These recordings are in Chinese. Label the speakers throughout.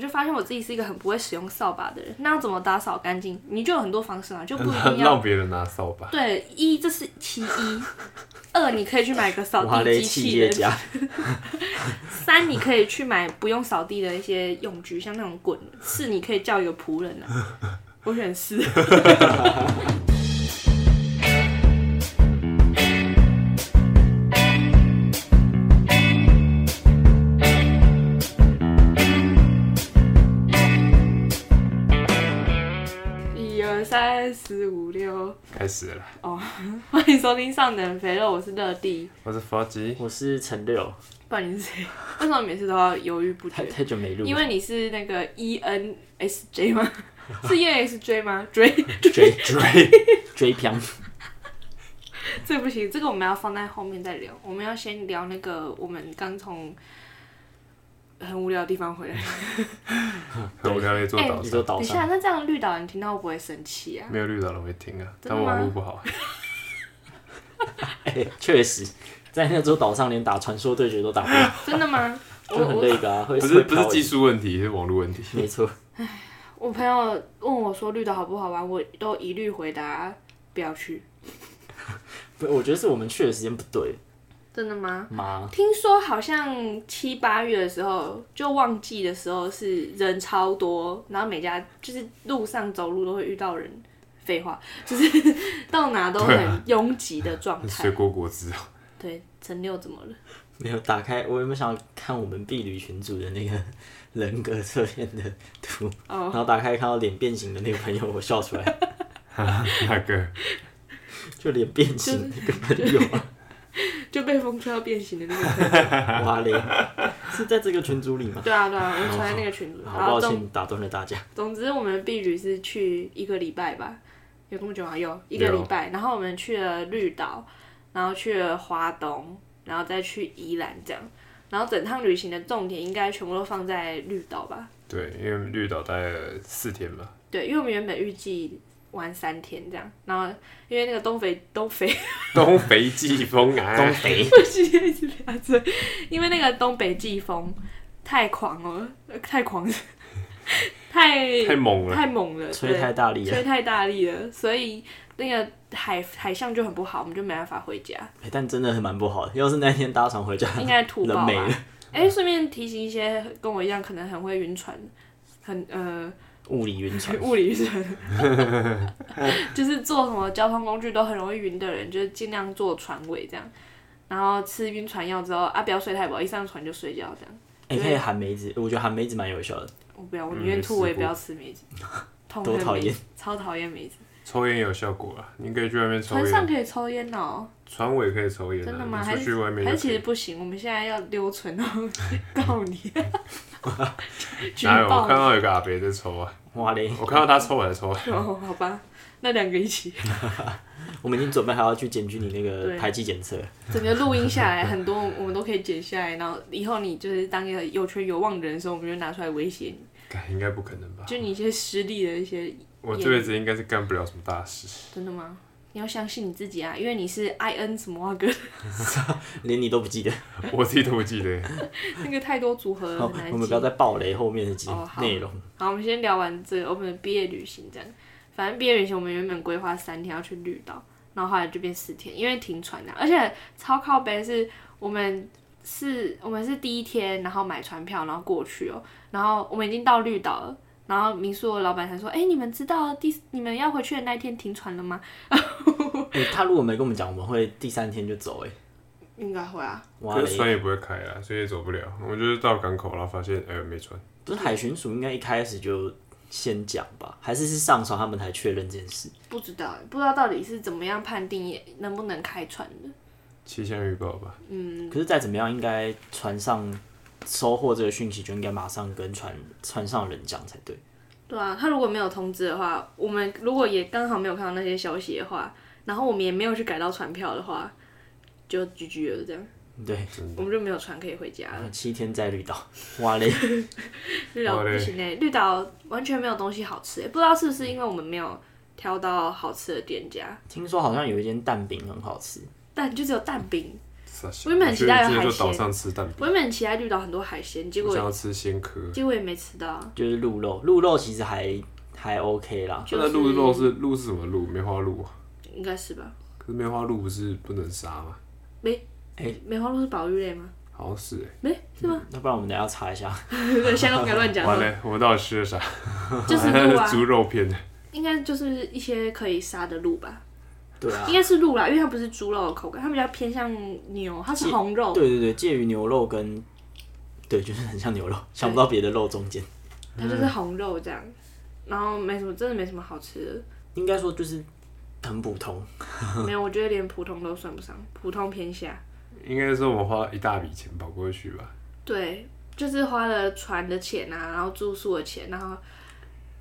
Speaker 1: 就发现我自己是一个很不会使用扫把的人。那要怎么打扫干净？你就有很多方式嘛，啊就不一 定要
Speaker 2: 让别人拿扫把。
Speaker 1: 对一，这是其一；二，你可以去买个扫
Speaker 3: 哇
Speaker 1: 地
Speaker 3: 嘞，
Speaker 1: 机
Speaker 3: 企
Speaker 1: 器
Speaker 3: 业
Speaker 1: 人；
Speaker 3: 家，
Speaker 1: 三，你可以去买不用扫地的一些用具，像那种滚；四，你可以叫一个仆人啊。我选四。一二三四五六，
Speaker 2: 开始了，
Speaker 1: 欢迎收听《上等肥肉》，我是乐蒂。
Speaker 2: 我是佛吉，
Speaker 3: 我是 陈六，
Speaker 1: 不然你是谁？为什么每次都要犹豫不
Speaker 3: 太
Speaker 1: 决？
Speaker 3: 太久没录，
Speaker 1: 因为你是那个 E N S J 吗？ 是 E N S J 吗？追，
Speaker 3: 追
Speaker 2: 追
Speaker 3: 追片，
Speaker 1: 这不行，这个我们要放在后面再聊。我们要先聊那个我们刚从很无聊的地方回来。
Speaker 2: 很无聊的一座岛
Speaker 3: 你说
Speaker 2: 上，
Speaker 3: 岛
Speaker 1: 等一下，
Speaker 3: 上
Speaker 1: 那这样绿岛人听到会不会生气啊？
Speaker 2: 没有绿岛人会听啊，
Speaker 1: 真的
Speaker 2: 但
Speaker 1: 吗
Speaker 2: 网络 不好。
Speaker 3: 哎，确实在那座岛上连打传说对决都打不了，
Speaker 1: 真的吗？ 我
Speaker 3: 就很
Speaker 1: 我
Speaker 3: 那个 啊，会
Speaker 2: 不是不是
Speaker 3: 会飘
Speaker 2: 技术问题，是网络问题。
Speaker 3: 没错，
Speaker 1: 我朋友问我说绿岛好不好玩，我都一律回答不要去。
Speaker 3: 不我觉得是我们去的时间不对，
Speaker 1: 真的吗？
Speaker 3: 妈，
Speaker 1: 听说好像七八月的时候，就旺季的时候是人超多，然后每家就是路上走路都会遇到人。废话， 就是到哪都
Speaker 2: 对
Speaker 3: 啊
Speaker 1: 很拥挤的状态。
Speaker 2: 水果果汁 啊，
Speaker 1: 对，陈六怎么了？
Speaker 3: 没有打开，我原本想要看我们婢女群组的那个 人格测验的图，然
Speaker 1: 哦，
Speaker 3: 后打开看到脸变形的那个朋友，我笑出来，
Speaker 2: 那个
Speaker 3: 就脸变形那个朋友啊，
Speaker 1: 就被风吹到变形的那个。
Speaker 3: 哇嘞，是在这个群组里吗？
Speaker 1: 对啊，对啊，我传在那个群组。
Speaker 3: 好抱
Speaker 1: 好，总
Speaker 3: 歉打断了大家，
Speaker 1: 总之，我们的避旅是去一个礼拜吧，有这么久吗？啊有一个
Speaker 2: 有
Speaker 1: 礼拜。然后我们去了绿岛，然后去了花东，然后再去宜兰这样。然后整趟旅行的重点应该全部都放在绿岛吧？
Speaker 2: 对，因为绿岛待了四天吧，
Speaker 1: 对，因为我们原本预计玩三天这样，然后因为那个东北东 北
Speaker 2: 东北季风
Speaker 3: 东
Speaker 2: 啊，
Speaker 3: 北。
Speaker 1: 今天一直被他追，因为那个东北季风太狂了，呃太狂了，太
Speaker 2: 太猛了，
Speaker 1: 太猛了，
Speaker 3: 吹太大力
Speaker 1: 对
Speaker 3: 了。
Speaker 1: 吹太大力了，所以那个海海象就很不好，我们就没办法 回家，
Speaker 3: 哎但真的很蛮不好的。要是那天搭船回家，
Speaker 1: 应该吐爆
Speaker 3: 人没
Speaker 1: 吧
Speaker 3: 了。
Speaker 1: 哎，顺便提醒一些跟我一样可能很会晕船。很呃，，
Speaker 3: 物理晕船
Speaker 1: 物理 晕船， 就是坐什么交通工具都很容易晕的人，就是尽量坐船尾这样，然后吃晕船药之后啊，不要睡太饱，一上船就睡觉这样。
Speaker 3: 哎、可以含梅子，我觉得含梅子蛮有效的。
Speaker 1: 我不要，我
Speaker 2: 嗯
Speaker 1: 宁愿吐，
Speaker 2: 没
Speaker 1: 我
Speaker 2: 试
Speaker 1: 也不
Speaker 2: 过
Speaker 1: 要吃 梅子，痛
Speaker 3: 多
Speaker 1: 恨
Speaker 3: 讨
Speaker 1: 梅
Speaker 3: 厌
Speaker 1: 子，超讨厌梅子。
Speaker 2: 抽烟有效果啊，你可以去外面抽
Speaker 1: 船上
Speaker 2: 烟，
Speaker 1: 可以抽烟哦、
Speaker 2: 船尾可以抽烟
Speaker 1: 真的
Speaker 2: 啊，
Speaker 1: 吗？
Speaker 2: 你
Speaker 1: 还
Speaker 2: 出去
Speaker 1: 是
Speaker 2: 外面
Speaker 1: 还是
Speaker 2: 就
Speaker 1: 其
Speaker 2: 可
Speaker 1: 实
Speaker 2: 以。
Speaker 1: 不行，我们现在要溜存，然后 告 你，举
Speaker 2: 哪有？我
Speaker 1: 报
Speaker 2: 看
Speaker 1: 你。
Speaker 2: 到有个阿伯在抽啊，
Speaker 3: 哇嘞，
Speaker 2: 我看到他抽我才抽，
Speaker 1: 哦，好吧，那两个一起，
Speaker 3: 我们已经准备好要去检举你那
Speaker 1: 对
Speaker 3: 个排气检测了。
Speaker 1: 整个录音下来，很多我们都可以剪下来，然后以后你就是当一个有权有望的人的时候，我们就拿出来威胁你，
Speaker 2: 干应该不可能吧？
Speaker 1: 就你一些失利的一些，
Speaker 2: 我这辈子应该是干不了什么大事。
Speaker 1: 真的吗？你要相信你自己啊，因为你是 I N 什么啊哥，
Speaker 3: 连你都不记得。
Speaker 2: 我自己都不记得。
Speaker 1: 那个太多组合了
Speaker 3: 好
Speaker 1: 很难记。
Speaker 3: 我们不要再爆雷后面的集
Speaker 1: 哦好
Speaker 3: 内容。
Speaker 1: 好，我们先聊完这个，我们的毕业旅行这样。反正毕业旅行我们原本规划三天要去绿岛，然后后来就变四天，因为停船啊，而且超靠北是我们是我们是第一天，然后买船票，然后过去哦，然后我们已经到绿岛了。然后民宿的老板才说：“哎，你们知道第你们要回去的那一天停船了吗
Speaker 3: 哎、他如果没跟我们讲，我们会第三天就走、哎，？”
Speaker 1: 应该会啊，
Speaker 3: 哇
Speaker 2: 可是船
Speaker 3: 嘞，
Speaker 2: 也不会开啊，所以也走不了。我就是到港口，然后发现呃没船，
Speaker 3: 不是海巡署应该一开始就先讲吧？还是是上船他们才确认这件事？
Speaker 1: 不知道不知道到底是怎么样判定也能不能开船的。
Speaker 2: 气象预报吧。
Speaker 1: 嗯，
Speaker 3: 可是再怎么样，应该船上收获这个讯息就应该马上跟船船上人讲才对。
Speaker 1: 对啊，他如果没有通知的话，我们如果也刚好没有看到那些消息的话，然后我们也没有去改到船票的话，就 GG 了这样，
Speaker 3: 对，
Speaker 2: 嗯
Speaker 1: 我们就没有船可以回家了。
Speaker 3: 七天在绿岛，哇嘞，
Speaker 1: 绿岛
Speaker 2: 好嘞
Speaker 1: 不行哎、绿岛完全没有东西好吃、欸，不知道是不是因为我们没有挑到好吃的店家，
Speaker 3: 听说好像有一间蛋饼很好吃，
Speaker 1: 但就只有蛋饼，
Speaker 2: 傻
Speaker 1: 我
Speaker 2: 小
Speaker 1: 原本很期待有
Speaker 2: 我去
Speaker 1: 海
Speaker 2: 就
Speaker 1: 鲜
Speaker 2: 岛上吃蛋
Speaker 1: 我
Speaker 2: 饼，
Speaker 1: 原本期待绿岛很多海鲜，结
Speaker 2: 我想
Speaker 1: 果
Speaker 2: 要吃鲜科。
Speaker 1: 结果也没吃到。
Speaker 3: 就是鹿肉，鹿肉其实还还 OK 啦，
Speaker 1: 就
Speaker 2: 那
Speaker 1: 是
Speaker 2: 鹿肉是鹿是什么鹿？梅花鹿啊？
Speaker 1: 应该是吧？
Speaker 2: 可是梅花鹿不是不能杀吗？
Speaker 1: 梅花鹿是保育类吗？
Speaker 2: 好像是哎、
Speaker 1: 没是吗？
Speaker 3: 那不然我们等一下查 一下。
Speaker 1: 对， 现在都不敢乱讲
Speaker 2: 完。了，我们到底吃了啥？
Speaker 1: 就是鹿啊，
Speaker 2: 猪肉片。
Speaker 1: 应该就是一些可以杀的鹿吧，
Speaker 3: 对啊
Speaker 1: 应，该是鹿啦，因为它不是猪肉的口感，它比较偏向牛，它是红肉，
Speaker 3: 对对对，介于牛肉跟对，就是很像牛肉，想不到别的肉中间。
Speaker 1: 它就是
Speaker 3: 嗯
Speaker 1: 红肉这样。然后没什么，真的没什么好吃
Speaker 3: 应该说就是很普通，
Speaker 1: 的，没有，我觉得连普通都算不上，普通偏下。
Speaker 2: 应该是我们花了一大笔钱跑过去吧，
Speaker 1: 对，就是花了船的钱啊，然后住宿的钱，然后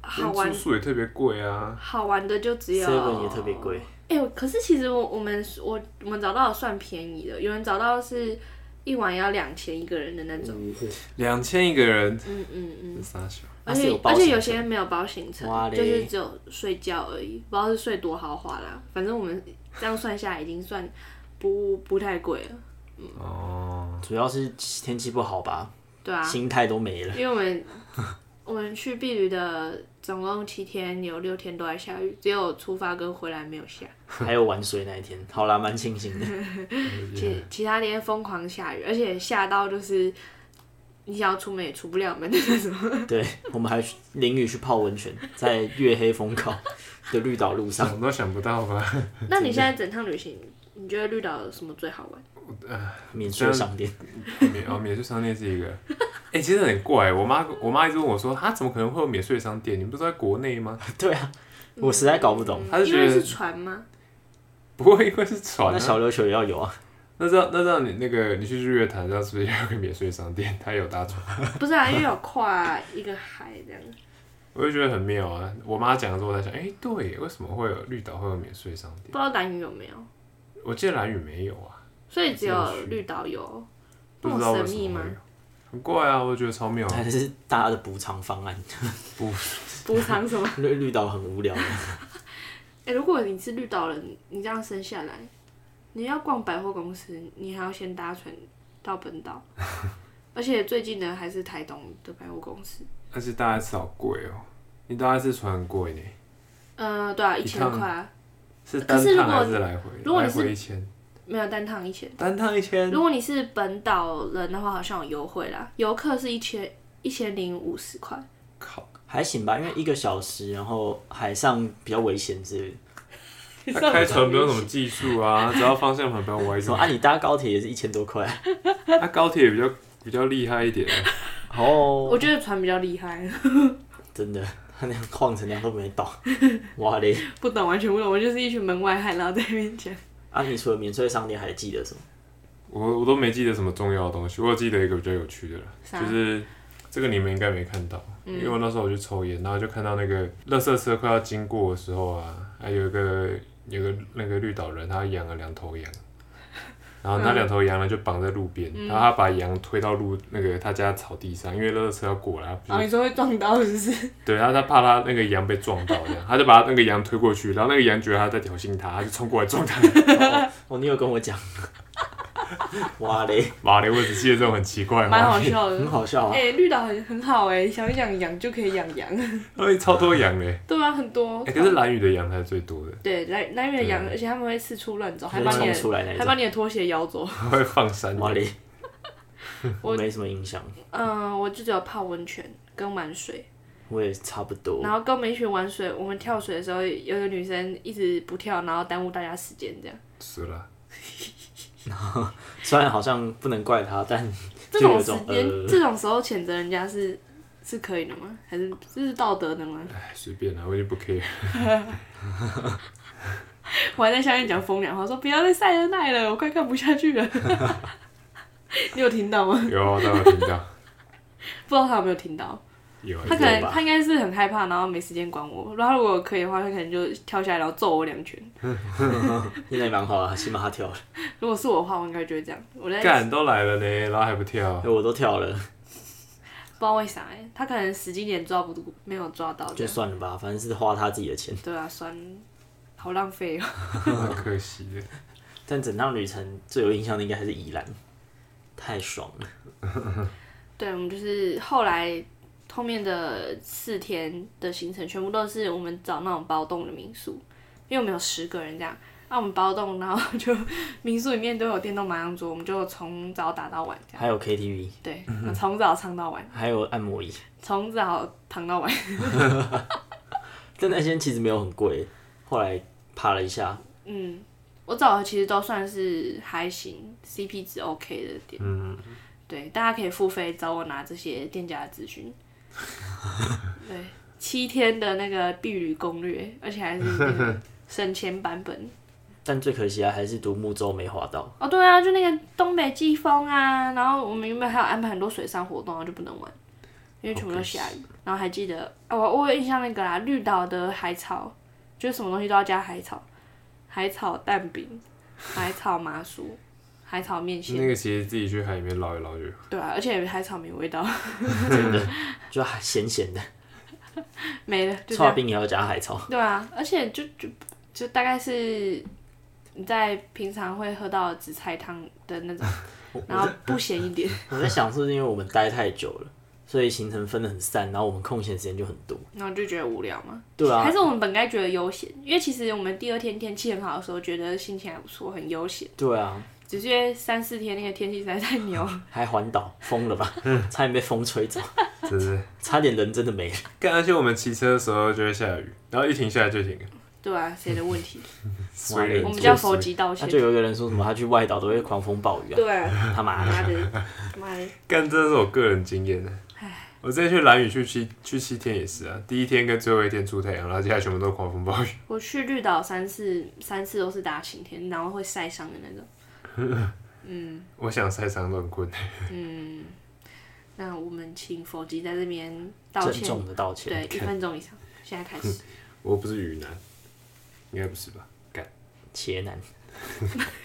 Speaker 1: 好
Speaker 2: 因为
Speaker 1: 玩
Speaker 2: 住宿也特别贵啊。
Speaker 1: 好玩的就只有
Speaker 3: seven 也特别贵。
Speaker 1: 哎、我可是其实我我们我我们找到的算便宜的，有人找到是一晚要两千一个人的那种，
Speaker 2: 两千一个人，
Speaker 1: 嗯嗯嗯，
Speaker 2: 傻小，
Speaker 1: 哦而
Speaker 3: 那
Speaker 1: 且
Speaker 3: 啊是有包
Speaker 1: 而且有
Speaker 3: 行
Speaker 1: 些没有包行程
Speaker 3: 哇，嘞
Speaker 1: 就是只有睡觉而已，不知道是睡多豪华啦，反正我们这样算下来已经算不不太贵了，
Speaker 2: 哦，
Speaker 3: 主要是天气不好吧，
Speaker 1: 对啊，
Speaker 3: 心态都没了。
Speaker 1: 因为我们我们去避旅的总共七天，有六天都在下雨，只有出发跟回来没有下，
Speaker 3: 还有玩水那一天，好啦，蛮庆 幸的。
Speaker 2: 哦
Speaker 1: 其其他天疯狂下雨，而且下到就是你想要出门也出不了门的那 种。
Speaker 3: 对，我们还去淋雨去泡温泉，在月黑风高的绿岛路上。
Speaker 2: 想都想不到吧？
Speaker 1: 那你现在整趟旅行，你觉得绿岛有什么最好玩？
Speaker 3: 免税商店，
Speaker 2: 免 哦，免税商店是一个， 哎、其实很怪。我妈我妈一直问我说，她怎么可能会有免税商店？你不是在国内吗？
Speaker 3: 对啊，我实在
Speaker 1: 嗯
Speaker 3: 搞不懂。
Speaker 2: 他是
Speaker 1: 因
Speaker 2: 觉得
Speaker 1: 为是船吗？
Speaker 2: 不会，因为是船、
Speaker 3: 那
Speaker 2: 啊。
Speaker 3: 小琉球也要有啊，
Speaker 2: 那这样那这样你那个你去日月潭，这样是不是也有个免税商店？ 它有搭船，
Speaker 1: 不是啊，因为有跨一个海这样。
Speaker 2: 我就觉得很妙啊。我妈讲的时候，我在想，哎、对，为什么会有绿岛会有免税商
Speaker 1: 不
Speaker 2: 店？
Speaker 1: 知道蓝屿有没有，
Speaker 2: 我记得蓝屿没有啊，
Speaker 1: 所以只
Speaker 2: 我
Speaker 1: 有
Speaker 2: 没有去
Speaker 1: 绿岛有。
Speaker 2: 不
Speaker 1: 那
Speaker 2: 知
Speaker 1: 么
Speaker 2: 道为
Speaker 1: 神
Speaker 2: 什
Speaker 1: 秘
Speaker 2: 么
Speaker 1: 吗
Speaker 2: 会有？。很怪啊，我觉得超妙啊。
Speaker 3: 还是大家的补偿方案。
Speaker 1: 补偿什么？
Speaker 3: 绿绿岛很无聊的，
Speaker 1: 哎、如果你是绿岛人，你这样生下来，你要逛百货公司，你还要先搭船到本岛，而且最近的还是台东的百货公司。
Speaker 2: 而且大家吃好贵哦，你大概是船很贵呢，
Speaker 1: 呃，对啊，一
Speaker 2: 一
Speaker 1: 千
Speaker 2: 趟
Speaker 1: 块啊，
Speaker 2: 是
Speaker 1: 可
Speaker 2: 单
Speaker 1: 是如果
Speaker 2: 趟还是来回？
Speaker 1: 如果你
Speaker 2: 来
Speaker 1: 是
Speaker 2: 回一千，
Speaker 1: 没有单趟一千。
Speaker 2: 单趟一千，
Speaker 1: 如果你是本岛人的话，好像有优惠啦，游客是一千一千零五十块。
Speaker 2: 靠，
Speaker 3: 还行吧，因为一个小时，然后海上比较危险之类的。
Speaker 2: 那开船不用什么技术啊，只要方向盘不要歪
Speaker 3: 说
Speaker 2: 着。
Speaker 3: 啊，你搭高铁也是一千多块，
Speaker 2: 那高铁比较比较厉害一点，
Speaker 3: 哦，
Speaker 1: 我觉得船比较厉害，
Speaker 3: 真的，他那样晃成那样都没倒，哇嘞！
Speaker 1: 不懂完全不懂，我就是一群门外汉，然后在那边讲。
Speaker 3: 啊，你除了免税商店还记得什么？
Speaker 2: 我我都没记得什么重要的东西，我有记得一个比较有趣的了，
Speaker 1: 啥
Speaker 2: 就是这个你们应该没看到，因为我那时候我去抽烟，然后就看到那个垃圾车快要经过的时候啊，还有一个有个那个绿岛人，他养了两头羊，然后那两头羊呢就绑在路边，然后他把羊推到路那个他家草地上，因为垃圾车要过来，
Speaker 1: 然
Speaker 2: 他
Speaker 1: 后哦你说会撞到是不是？
Speaker 2: 对，然后他怕他那个羊被撞到，这样他就把那个羊推过去，然后那个羊觉得他在挑衅他，他就冲过来撞他。
Speaker 3: 哦，你有跟我讲，哇嘞，
Speaker 2: 妈的，我只记得这种很奇怪的
Speaker 1: 蛮
Speaker 2: 话
Speaker 1: 好，笑
Speaker 3: 很
Speaker 1: 的。
Speaker 3: 好笑啊！
Speaker 1: 哎、绿岛很很好哎、想养羊就可以养羊，
Speaker 2: 哎，超多羊的，
Speaker 1: 对啊，很多。
Speaker 2: 哎，可是蓝雨的羊才是最多的，
Speaker 1: 对，来来源的羊，
Speaker 2: 对
Speaker 1: 而且他们会四处乱走，还
Speaker 3: 会
Speaker 1: 把你
Speaker 3: 冲出
Speaker 1: 的
Speaker 3: 来那一
Speaker 1: 还
Speaker 3: 种
Speaker 1: 把，你的拖鞋咬走。
Speaker 2: 它会放山
Speaker 3: 哇
Speaker 2: 羊。
Speaker 3: 嘞，
Speaker 1: 我
Speaker 3: 我 没什么印象，
Speaker 1: 嗯，我就只有泡温泉跟玩水，
Speaker 3: 我也差不多
Speaker 1: 然。后跟我们一群玩水，我们跳水的时候，有个女生一直不跳，然后耽误大家时间这样。
Speaker 2: 是啦，
Speaker 3: 虽然好像不能怪他，但
Speaker 1: 这
Speaker 3: 就有
Speaker 1: 种
Speaker 3: 一
Speaker 1: 时
Speaker 3: 种
Speaker 1: 间、
Speaker 3: 呃，
Speaker 1: 这种时候谴责人家是是可以的吗？还是这是道德的吗？
Speaker 2: 哎，随便啦，我已经不 care。
Speaker 1: 我还在下面讲风凉话，说不要再晒恩爱了，我快看不下去了。 你有听到吗？
Speaker 2: 有，啊大家有听到？
Speaker 1: 不知道他有没有听到？
Speaker 2: 有，啊
Speaker 1: 他可
Speaker 3: 有
Speaker 1: 能
Speaker 3: 吧
Speaker 1: 他应该是很害怕，然后没时间管我。然后如果可以的话，他可能就跳下来，然后揍我两拳。
Speaker 3: 现在蛮好啊，起码他跳了，
Speaker 1: 如果是我的话，我应该就会这样。我在
Speaker 2: 干都来了呢，然后还不跳，
Speaker 3: 我都跳了，
Speaker 1: 不知道为啥哎、他可能时机点抓不住，没有抓到这
Speaker 3: 就
Speaker 1: 样。
Speaker 3: 算了吧，反正是花他自己的钱。
Speaker 1: 对啊，酸，好浪费哦、
Speaker 2: 很可惜的。
Speaker 3: 但整趟旅程最有印象的应该还是宜兰，太爽了。
Speaker 1: 对，我们就是后来后面的四天的行程，全部都是我们找那种包栋的民宿，因为我们有十个人这样，那、我们包栋，然后就民宿里面都有电动麻将桌，我们就从早打到晚这样，
Speaker 3: 还有 KTV，
Speaker 1: 对，从早唱到晚，
Speaker 3: 还有按摩椅。
Speaker 1: 从早躺到晚，
Speaker 3: 但那些其实没有很贵，后来爬了一下，
Speaker 1: 嗯，我找的其实都算是还行，CP 值 OK 的店，嗯，对，大家可以付费找我拿这些店家的资讯，对，七天的那个避旅攻略，而且还是那个省钱版本。
Speaker 3: 但最可惜啊，还是独木舟没划到。
Speaker 1: 哦，对啊，就那个东北季风啊，然后我们原本还有安排很多水上活动，啊然后就不能玩，因为全部都下雨。然后还记得，哦，我我有印象那个啦，绿岛的海草，就是什么东西都要加海草，海草蛋饼、海草麻薯、海草面线，
Speaker 2: 那个其实自己去海里面捞一捞就有。
Speaker 1: 对啊，而且海草没味道，
Speaker 3: 就还咸咸的，
Speaker 1: 没了，就这
Speaker 3: 刨
Speaker 1: 样。
Speaker 3: 冰也要加海草，
Speaker 1: 对啊，而且就就就大概是你在平常会喝到的紫菜汤的那种，然后不咸一点。
Speaker 3: 我在想是不是因为我们待太久了，所以行程分得很散，然后我们空闲时间就很多。
Speaker 1: 然后就觉得无聊嘛。
Speaker 3: 对啊
Speaker 1: 还是我们本该觉得悠闲，因为其实我们第二天天气很好的时候，觉得心情还不错，很悠闲。
Speaker 3: 对啊，
Speaker 1: 只是因为三四天那个天气实在太牛，
Speaker 3: 还环岛，疯了吧？差点被风吹走，
Speaker 2: 真是。
Speaker 3: 差点人真的没了。
Speaker 2: 干，而且我们骑车的时候就会下雨，然后一停下来就停了。
Speaker 1: 对啊，谁的问题？
Speaker 2: 所以
Speaker 3: 嗯
Speaker 1: 我们
Speaker 3: 就
Speaker 1: 叫
Speaker 3: 叫
Speaker 1: 佛吉道
Speaker 3: 他
Speaker 1: 歉。
Speaker 3: 就有一个人说什么，他去外岛都会狂风暴雨啊，
Speaker 1: 对啊，
Speaker 3: 他妈的，
Speaker 1: 妈的，妈的，
Speaker 2: 干，这是我个人经验的。我之前去蓝屿去七去七天也是啊，第一天跟最后一天出太阳，然后接下来全部都狂风暴雨。
Speaker 1: 我去绿岛三次，三次都是大晴天，然后会晒伤的那种。
Speaker 2: 我想晒伤都很困难。
Speaker 1: 嗯，那我们请佛吉在这边道
Speaker 3: 郑
Speaker 1: 歉，
Speaker 3: 重的道歉。
Speaker 1: 对，一分钟以上，现在 开始。
Speaker 2: 我不是雨男，应该不是吧？干，
Speaker 3: 茄 男，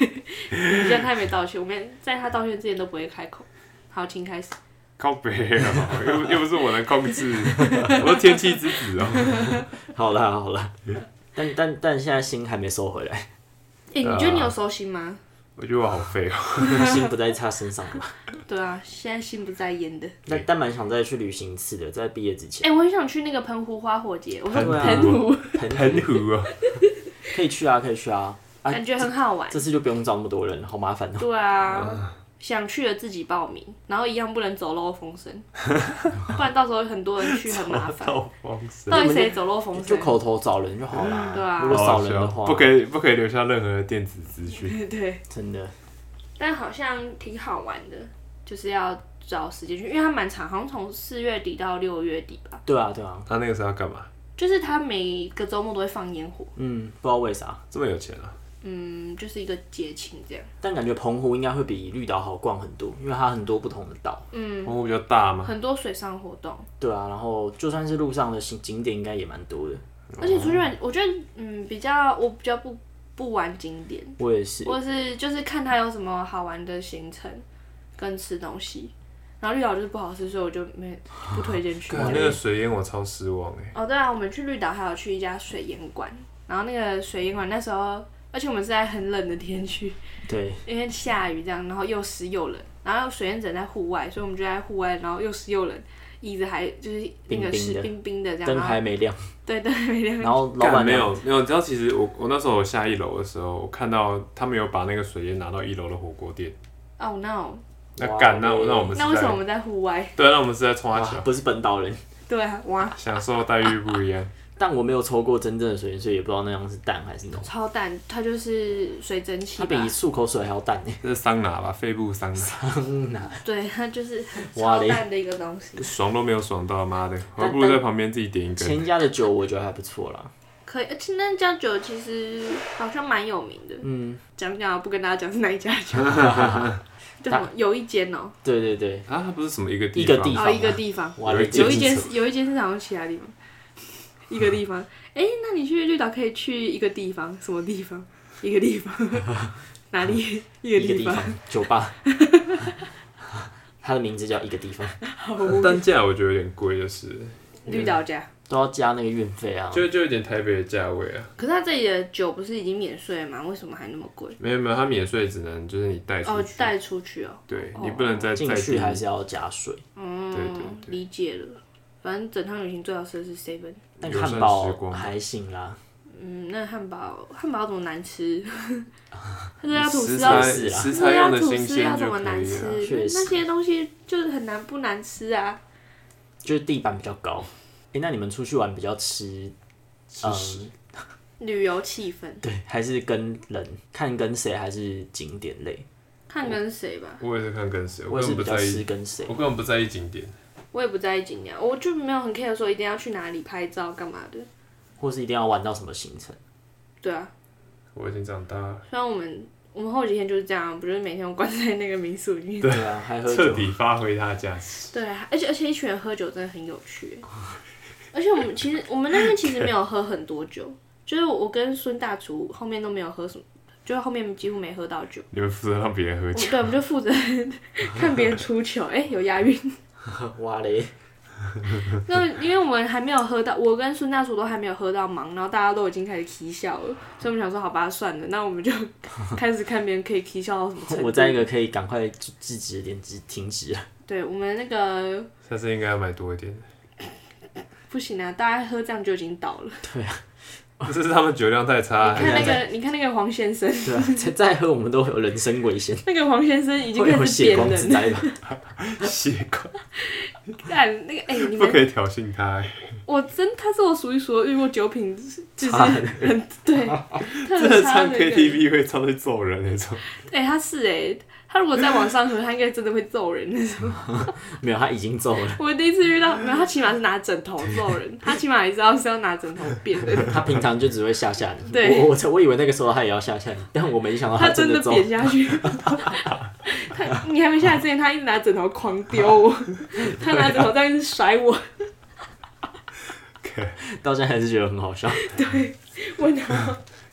Speaker 1: 你现在还没道歉，我们在他道歉之前都不会开口。好，请开始。
Speaker 2: 靠北哦，又不又不是我能控制，我是天气之子哦。
Speaker 3: 好啦好啦，但但但现在心还没收 回来，
Speaker 1: 哎、你觉得你有收心吗？
Speaker 2: 我觉得我好废哦。
Speaker 3: 心不在他身上 了。
Speaker 1: 对啊，现在心不在焉的。
Speaker 3: 但但蛮想再去旅行一次的，在毕业之前
Speaker 1: 哎、我很想去那个澎湖花火节，我说
Speaker 3: 对啊
Speaker 1: 澎湖，
Speaker 2: 澎湖哦，
Speaker 3: 可以去啊，可以去啊。啊，
Speaker 1: 感觉很好玩。
Speaker 3: 这次就不用找那么多人，好麻烦哦、
Speaker 1: 对啊，想去的自己报名，然后一样不能走漏风 声，不然到时候很多人去很麻烦。
Speaker 2: 到风声。
Speaker 1: 到底谁走漏风
Speaker 3: 就
Speaker 1: 声？
Speaker 3: 口头找人就好啦。
Speaker 1: 对啊
Speaker 3: 如果少人的话，
Speaker 2: 不可以不可以留下任何的电子资讯。
Speaker 1: 对，
Speaker 3: 真的
Speaker 1: 但好像挺好玩的，就是要找时间去，因为它蛮长，好像从四月底到六月底吧。
Speaker 3: 对啊，对啊，
Speaker 2: 他那个时候要干嘛？
Speaker 1: 就是它每个周末都会放烟火，
Speaker 3: 嗯，不知道为啥，
Speaker 2: 这么有钱啊？
Speaker 1: 嗯，就是一个节庆这样。
Speaker 3: 但感觉澎湖应该会比绿岛好逛很多，因为它很多不同的岛。
Speaker 1: 嗯
Speaker 2: 澎湖比较大嘛，
Speaker 1: 很多水上活动，
Speaker 3: 对啊，然后就算是路上的景景点，应该也蛮多的。
Speaker 1: 而且出去
Speaker 2: 哦
Speaker 1: 玩，我觉得嗯比较我比较不不玩景点，
Speaker 3: 我也是，
Speaker 1: 或是就是看它有什么好玩的行程跟吃东西。然后绿岛就是不好吃，所以我就没不推荐去。
Speaker 2: 啊干那个水淹我超失望哎。
Speaker 1: 哦，对啊，我们去绿岛还有去一家水烟馆，然后那个水烟馆那时候，而且我们是在很冷的天去，
Speaker 3: 对，
Speaker 1: 因为下雨这样，然后又湿又冷，然后水烟只能在户外，所以我们就在户外，然后又湿又冷，椅子还就是那个
Speaker 3: 冰冰
Speaker 1: 湿
Speaker 3: 的
Speaker 1: 冰冰的这样，
Speaker 3: 灯
Speaker 1: 然后
Speaker 3: 还 没亮，
Speaker 1: 对对，没亮
Speaker 3: 然后老
Speaker 2: 干
Speaker 3: 板
Speaker 2: 没
Speaker 3: 娘啊
Speaker 2: 有没有，你知道其实我我那时候我下一楼的时候，我看到他们有把那个水烟拿到一楼的火锅店，
Speaker 1: 哦 no，
Speaker 2: 那
Speaker 3: 哇
Speaker 2: 干那
Speaker 3: 喂
Speaker 2: 那我们是
Speaker 1: 那为什么我
Speaker 2: 在
Speaker 1: 们在户外？
Speaker 2: 对，那我们是在冲阿
Speaker 3: 哇
Speaker 2: 小，
Speaker 3: 不是本岛人，
Speaker 1: 对啊，哇，
Speaker 2: 享受待遇不一样。
Speaker 3: 但我没有抽过真正的水，所以也不知道那样是淡还是浓。
Speaker 1: 超淡，它就是水蒸气
Speaker 3: 它比
Speaker 1: 吧？
Speaker 3: 漱口水还要 淡呢、
Speaker 2: 这是桑拿吧，肺部桑拿，
Speaker 1: 对，它就是
Speaker 3: 哇
Speaker 1: 超
Speaker 3: 嘞
Speaker 1: 淡的一个东西。
Speaker 2: 爽都没有爽到，妈的，我
Speaker 3: 但
Speaker 2: 还不如在旁边自己点一根。
Speaker 3: 前一家的酒我觉得还不错啦，
Speaker 1: 可以，而且那家酒其实好像蛮有名的。
Speaker 3: 嗯，
Speaker 1: 讲讲啊不跟大家讲是哪一家 酒，对，什么有一间哦，
Speaker 3: 对对对，
Speaker 2: 啊，它不是什么一个
Speaker 3: 一个
Speaker 2: 方
Speaker 3: 地方
Speaker 1: 哦一个地方，
Speaker 3: 哇，
Speaker 2: 有一
Speaker 1: 有一间
Speaker 3: 件
Speaker 1: 是有一间是好像其他地方，一个地方。哎，那你去绿岛可以去一个地方，什么地方？一个地方， 哪里？一个
Speaker 3: 一个
Speaker 1: 地
Speaker 3: 地
Speaker 1: 方
Speaker 3: 方， 酒吧，它的名字叫一个地方，
Speaker 1: 好无语
Speaker 2: 单价我觉得有点贵，就是
Speaker 1: 绿岛价。
Speaker 3: 都要加那个运费啊。
Speaker 2: 就就有点台北的价位啊。
Speaker 1: 可是他这里的酒不是已经免税了吗？为什么还那么贵？
Speaker 2: 没有没有，它免税只能就是你带出
Speaker 1: 哦
Speaker 2: 去，，
Speaker 1: 带出去哦。
Speaker 2: 对
Speaker 1: 哦
Speaker 2: 你不能再
Speaker 3: 进
Speaker 2: 再
Speaker 3: 去
Speaker 2: 低。
Speaker 3: 还是要加税，
Speaker 1: 嗯，
Speaker 2: 对对对
Speaker 1: 理解了。反正整趟旅行最好吃的是 seven。
Speaker 3: 但
Speaker 2: 友
Speaker 3: 汉
Speaker 2: 善
Speaker 3: 堡
Speaker 2: 时光吧
Speaker 3: 还行啦。
Speaker 1: 嗯，那汉堡汉堡怎么难 吃？它是要吐
Speaker 2: 食
Speaker 1: 司
Speaker 2: 材
Speaker 1: 要
Speaker 3: 死啊
Speaker 2: 食
Speaker 1: 那
Speaker 2: 材
Speaker 1: 要
Speaker 2: 用的
Speaker 1: 吐
Speaker 2: 新
Speaker 1: 司要
Speaker 2: 鲜
Speaker 1: 怎
Speaker 2: 就
Speaker 1: 么
Speaker 2: 可
Speaker 1: 难
Speaker 2: 以
Speaker 1: 吃？
Speaker 2: 了。
Speaker 1: 那
Speaker 3: 确实
Speaker 1: 那些东西就是很难不难吃啊。
Speaker 3: 就是地板比较高。诶，那你们出去玩比较吃，
Speaker 2: 吃食
Speaker 3: 嗯，
Speaker 1: 旅游气氛，
Speaker 3: 对，还是跟人看跟谁，还是景点类？
Speaker 1: 看跟谁吧，
Speaker 2: 我也是看跟谁，
Speaker 3: 我
Speaker 2: 我
Speaker 3: 也
Speaker 2: 根
Speaker 3: 是
Speaker 2: 本
Speaker 3: 比
Speaker 2: 不
Speaker 3: 较
Speaker 2: 在
Speaker 3: 吃
Speaker 2: 意，
Speaker 3: 跟谁
Speaker 2: 我。根本不在意景点。
Speaker 1: 我也不在意景点，我就没有很 care 说一定要去哪里拍照干嘛的。
Speaker 3: 或是一定要玩到什么行程。
Speaker 1: 对啊，
Speaker 2: 我已经长大了，
Speaker 1: 虽然我们我们后几天就是这样，啊不就是每天我关在那个民宿里面。
Speaker 3: 对啊，还喝
Speaker 2: 彻
Speaker 3: 酒。
Speaker 2: 底发挥它的价 值。
Speaker 1: 对啊，而且而且一群人喝酒真的很有趣。而且我们其实我们那边其实没有喝很多酒，就是我跟孙大厨后面都没有喝什么，就是后面几乎没喝到酒。
Speaker 2: 你们负责让别人喝
Speaker 1: 我
Speaker 2: 酒，
Speaker 1: 对，我们就负责 看别人出糗，哎、有押韵。
Speaker 3: 哇嘞，
Speaker 1: 那因为我们还没有喝到，我跟孙大厨都还没有喝到忙，然后大家都已经开始啼笑了，所以我们想说，好吧，算了，那我们就 开始看别人可以啼笑到什么程度。
Speaker 3: 我在一个可以赶快制制止的点止停止。
Speaker 1: 对我们那个
Speaker 2: 下次应该要买多一点。
Speaker 1: 不行啊，大家喝这样就已经倒了。
Speaker 2: 这是他们酒量太差，
Speaker 3: 啊
Speaker 1: 你看
Speaker 2: 还是
Speaker 1: 那个，你看那个黄先生，
Speaker 3: 对啊，再再喝我们都有人身危险，
Speaker 1: 那个黄先生已经
Speaker 3: 会有
Speaker 1: 开始
Speaker 3: 血
Speaker 1: 点
Speaker 3: 光之
Speaker 1: 人了。
Speaker 3: 灾吧？
Speaker 2: 血管
Speaker 1: 但那个，哎、你
Speaker 2: 不可
Speaker 1: 们，
Speaker 2: 以挑衅他、欸，
Speaker 1: 我真他是我数一数二遇过酒品就是就是
Speaker 3: 差的
Speaker 1: 很 对，
Speaker 2: 真
Speaker 1: 特
Speaker 2: 的
Speaker 1: 差
Speaker 2: 唱
Speaker 1: 的一个人。
Speaker 2: KTV 会唱去揍人那种。
Speaker 1: 哎、他是哎、他如果在网上喝，他应该真的会揍人 那种。
Speaker 3: 没有，他已经走了。
Speaker 1: 我第一次遇到，没有，他起码是拿枕头揍人，他起码也知道是要拿枕头扁 人，
Speaker 3: 他平常就只会吓吓你。
Speaker 1: 对
Speaker 3: 我我我以为那个时候他也要吓吓你，但我没想到
Speaker 1: 他真
Speaker 3: 真的
Speaker 1: 的
Speaker 3: 走。
Speaker 1: 扁下 去。他你还没下来之前，他一直拿枕头狂丢我， 他拿枕头在一直甩我，
Speaker 3: 到现在还是觉得很 好笑。
Speaker 1: 我拿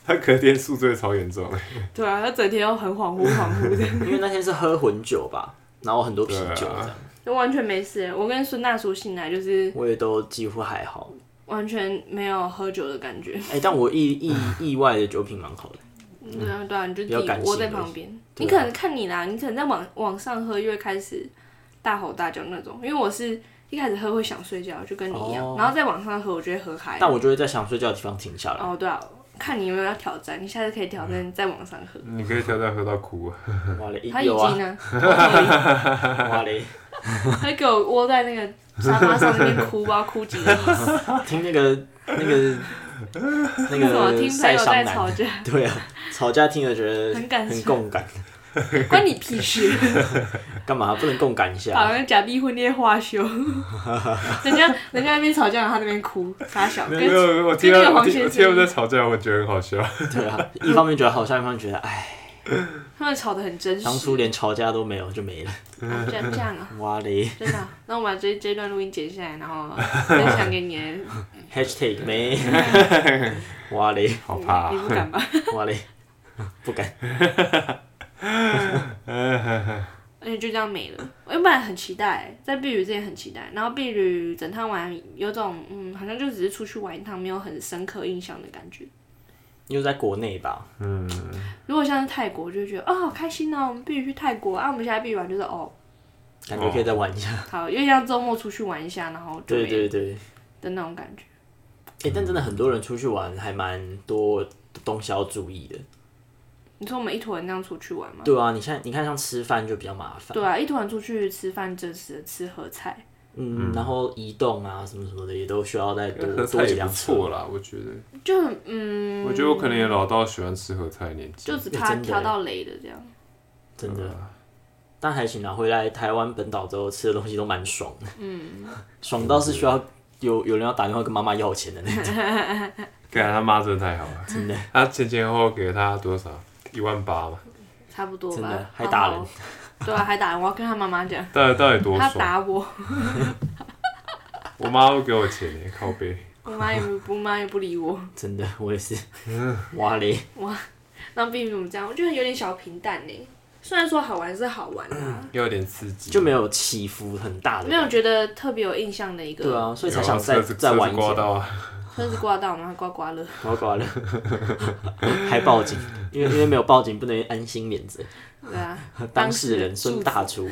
Speaker 2: 他隔天宿醉超严重、欸，
Speaker 1: 对啊，他整天都很恍惚恍惚的，
Speaker 3: 因为那天是喝混酒吧，然后很多啤
Speaker 2: 对啊
Speaker 3: 酒这样，
Speaker 1: 就完全没事。我跟孙大叔醒来就是
Speaker 3: 我也都几乎还好。
Speaker 1: 完全没有喝酒的感觉。
Speaker 3: 哎、但我意意意外的酒品蛮好的。
Speaker 1: 对啊，对啊，你就
Speaker 3: 嗯比较
Speaker 1: 自己
Speaker 3: 感性
Speaker 1: 窝在
Speaker 3: 的
Speaker 1: 旁边。
Speaker 3: 对
Speaker 1: 你
Speaker 3: 啊
Speaker 1: 可能看你啦，你可能在网网上喝，又会开始大吼大叫那种。因为我是一开始喝会想睡觉，就跟你一样，
Speaker 3: 哦
Speaker 1: 然后在网上喝，我就会喝嗨。
Speaker 3: 但我就会在想睡觉的地方停下来。
Speaker 1: 哦，对啊，看你有没有要挑战，你下次可以挑战在网上喝。
Speaker 2: 你可以挑战喝到哭啊。
Speaker 3: 哇嘞，
Speaker 1: 他已
Speaker 3: 嗯有啊
Speaker 1: 经，呢，
Speaker 3: 哇嘞，
Speaker 1: 他给我窝在那个沙发上那边 哭吧，哭几个小时。
Speaker 3: 听那个 那个那
Speaker 1: 为什么
Speaker 3: 个
Speaker 1: 听朋
Speaker 3: 晒
Speaker 1: 友
Speaker 3: 伤
Speaker 1: 在吵
Speaker 3: 男，
Speaker 1: 架，
Speaker 3: 对啊，吵架听了觉得
Speaker 1: 很感
Speaker 3: 很
Speaker 1: 伤
Speaker 3: 共感，
Speaker 1: 关你屁事？
Speaker 3: 干嘛不能共感一
Speaker 1: 好
Speaker 3: 下？
Speaker 1: 像假逼婚恋花休， 人家人家那边吵架，然后他那边哭，傻小，
Speaker 2: 没
Speaker 1: 跟
Speaker 2: 有没有，我
Speaker 1: 跟
Speaker 2: 听
Speaker 1: 那
Speaker 2: 到
Speaker 1: 个
Speaker 2: 我
Speaker 1: 黄
Speaker 2: 听
Speaker 1: 先
Speaker 2: 我听他
Speaker 1: 生
Speaker 2: 们在吵架，我觉得很好笑。
Speaker 3: 对啊，一方面觉得好笑，一方面觉得哎，
Speaker 1: 他们吵得很真实。
Speaker 3: 当初连吵架都没有就没了。
Speaker 1: 啊，这样这样啊，
Speaker 3: 哇嘞
Speaker 1: 真的啊、那我把这这段录音剪下来，然后分享给你的，
Speaker 3: ，#hashtag 没，哇嘞
Speaker 2: 好怕、
Speaker 1: 你
Speaker 2: 啊，
Speaker 1: 不敢吧？
Speaker 3: 哇嘞，不敢。
Speaker 1: 而且就这样没了。我原本很期待，在避旅之前很期待，然后避旅整趟玩有种嗯，好像就只是出去玩一趟，没有很深刻印象的感觉。
Speaker 3: 因为在国内吧，
Speaker 1: 如果像是泰国，就会觉得哦好开心哦，我们避旅去泰国啊，我们现在避旅完就是哦
Speaker 3: 感觉可以再玩一
Speaker 2: 哦
Speaker 3: 下。
Speaker 1: 好，因为像周末出去玩一下，然后就
Speaker 3: 对
Speaker 1: 没
Speaker 3: 对对，
Speaker 1: 的那种感觉。
Speaker 3: 哎、但真的很多人出去玩，还蛮多东西要注意的。
Speaker 2: 嗯
Speaker 1: 你说我们一坨人这样出去玩吗？
Speaker 3: 对啊，你看，你看，像吃饭就比较麻烦，
Speaker 1: 对啊，一坨人出去吃饭，真实的吃合菜。
Speaker 3: 嗯，然后移动啊什么什么的，也都需要再多
Speaker 2: 喝
Speaker 3: 多
Speaker 2: 菜
Speaker 3: 几
Speaker 2: 也
Speaker 3: 辆
Speaker 2: 不
Speaker 3: 车。
Speaker 2: 错啊啦，我觉得。
Speaker 1: 就很嗯，
Speaker 2: 我觉得我可能也老到喜欢吃合菜的年纪。
Speaker 1: 就只怕
Speaker 3: 真的
Speaker 1: 挑
Speaker 3: 欸
Speaker 1: 到雷的这样。
Speaker 3: 真
Speaker 2: 嗯
Speaker 3: 的。但还行啊，回来台湾本岛之后吃的东西都蛮爽的，嗯， 爽到是需要有有人要打电话跟妈妈要钱的那 种，
Speaker 2: 感觉他妈真的太好了，
Speaker 3: 真的
Speaker 2: 他前前后后给了他多少？一万八嘛，
Speaker 1: 差不多吧。
Speaker 3: 真的还
Speaker 1: 好
Speaker 3: 打
Speaker 1: 好
Speaker 3: 人。
Speaker 1: 对啊，还打人，我要跟他妈妈讲，
Speaker 2: 到底到底多
Speaker 1: 他
Speaker 2: 爽？
Speaker 1: 打我，
Speaker 2: 我妈会给我钱耶，靠背。
Speaker 1: 我妈也不，我妈也不理我。
Speaker 2: 嗯
Speaker 3: 真的我也是，哇嘞，
Speaker 1: 那毕竟我们这样，我觉得有点小平淡呢。虽然说好玩是好玩 啊，
Speaker 2: 又有点刺激，
Speaker 3: 就没有起伏很大的
Speaker 1: 没
Speaker 3: 感觉。
Speaker 1: 有觉得特别有印象的一个。
Speaker 3: 对啊，所以才
Speaker 2: 有啊
Speaker 3: 想再
Speaker 2: 车子
Speaker 3: 再
Speaker 2: 车
Speaker 3: 玩一
Speaker 2: 子刮
Speaker 3: 下。
Speaker 2: 到啊，
Speaker 1: 车子刮到，然后刮刮乐。
Speaker 3: 我挂了， 还报警，因为因为没有报警不能安心免责。
Speaker 1: 对啊，
Speaker 3: 当事人
Speaker 1: 柱
Speaker 3: 孙
Speaker 1: 子
Speaker 3: 大厨，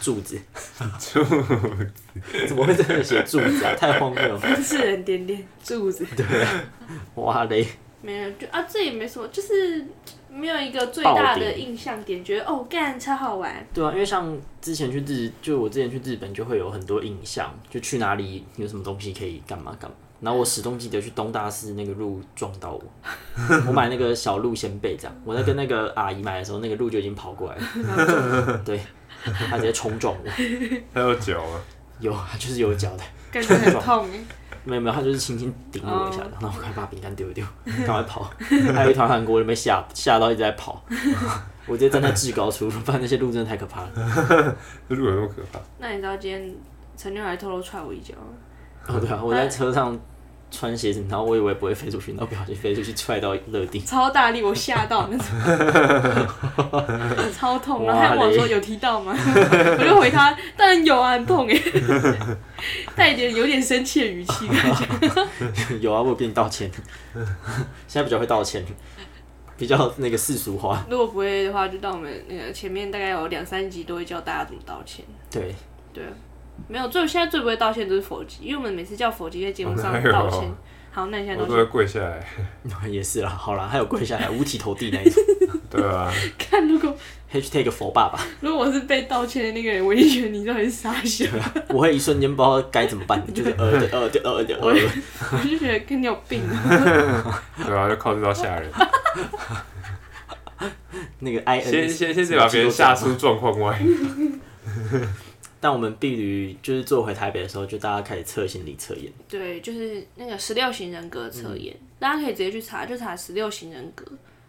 Speaker 3: 柱子， 柱子，怎么会在那写柱子啊？太荒谬了！
Speaker 1: 当事人点点柱子，
Speaker 3: 哇嘞，
Speaker 1: 没有就啊，这也没什么，就是没有一个最大
Speaker 3: 爆
Speaker 1: 的
Speaker 3: 点
Speaker 1: 印象点，觉得哦干超好玩。
Speaker 3: 对啊，因为像之前去日，就我之前去日本就会有很多印象，就去哪里有什么东西可以干嘛干嘛。然后我始终记得去东大寺那个鹿撞到我， 我买那个小鹿仙贝这样，我在跟那个阿姨买的时候，那个鹿就已经跑过来了，对，它直接冲撞我，
Speaker 2: 还有脚啊，
Speaker 3: 有它就是有脚的，
Speaker 1: 感觉很痛哎，
Speaker 3: 没有没有，他就是轻轻顶我一下，然后我快把饼干丢一丢，赶快跑。还有一团韩国人被吓吓到一直在跑，我直接站在制高处，不然那些路真的太可怕了。
Speaker 2: 这路有那么可怕？
Speaker 1: 那你知道今天陈六还偷偷踹我一脚吗？
Speaker 3: 哦对啊，我在车上穿鞋子，然后我以为不会飞出去，然后不小心飞出去踹到乐地，
Speaker 1: 超大力，我吓到 那种，超痛。然后他
Speaker 3: 哇
Speaker 1: 还问我说
Speaker 3: 嘞
Speaker 1: 有提到吗？ 我就回他，当然有啊，很痛 哎，带一点有点生气的语 气感觉。
Speaker 3: 有啊，我有跟你道歉， 现在比较会道歉，比较那个世俗化。
Speaker 1: 如果不会的话，就到我们那个前面大概有两三集都会教大家怎么道歉。
Speaker 3: 对，
Speaker 1: 对，啊没有最现在最不会道歉就是否极，因为我们每次叫否极在节目上
Speaker 2: 哎呦
Speaker 1: 道歉。好，那你现在
Speaker 2: 我
Speaker 1: 道
Speaker 2: 都
Speaker 1: 歉
Speaker 2: 会，跪下来，
Speaker 3: 也是啦，好啦，还有跪下来五体投地那一种
Speaker 2: 对啊，
Speaker 1: 看如果
Speaker 3: ，#hashtag 佛爸爸，
Speaker 1: 如果我是被道歉的那个人，我一定觉得你到底是傻笑，
Speaker 2: 啊
Speaker 3: 我会一瞬间不知道该怎么办，就是呃对呃对呃对呃。
Speaker 1: 我就觉得跟你有病。
Speaker 2: 对啊，就靠这招 吓人，
Speaker 3: 那个 I N
Speaker 2: 先先先得把别人吓出状况外，
Speaker 3: 但我们避旅就是坐回台北的时候，就大家开始测心理测验，
Speaker 1: 对，就是那个十六型人格测验，大家可以直接去查，就查十六型人格，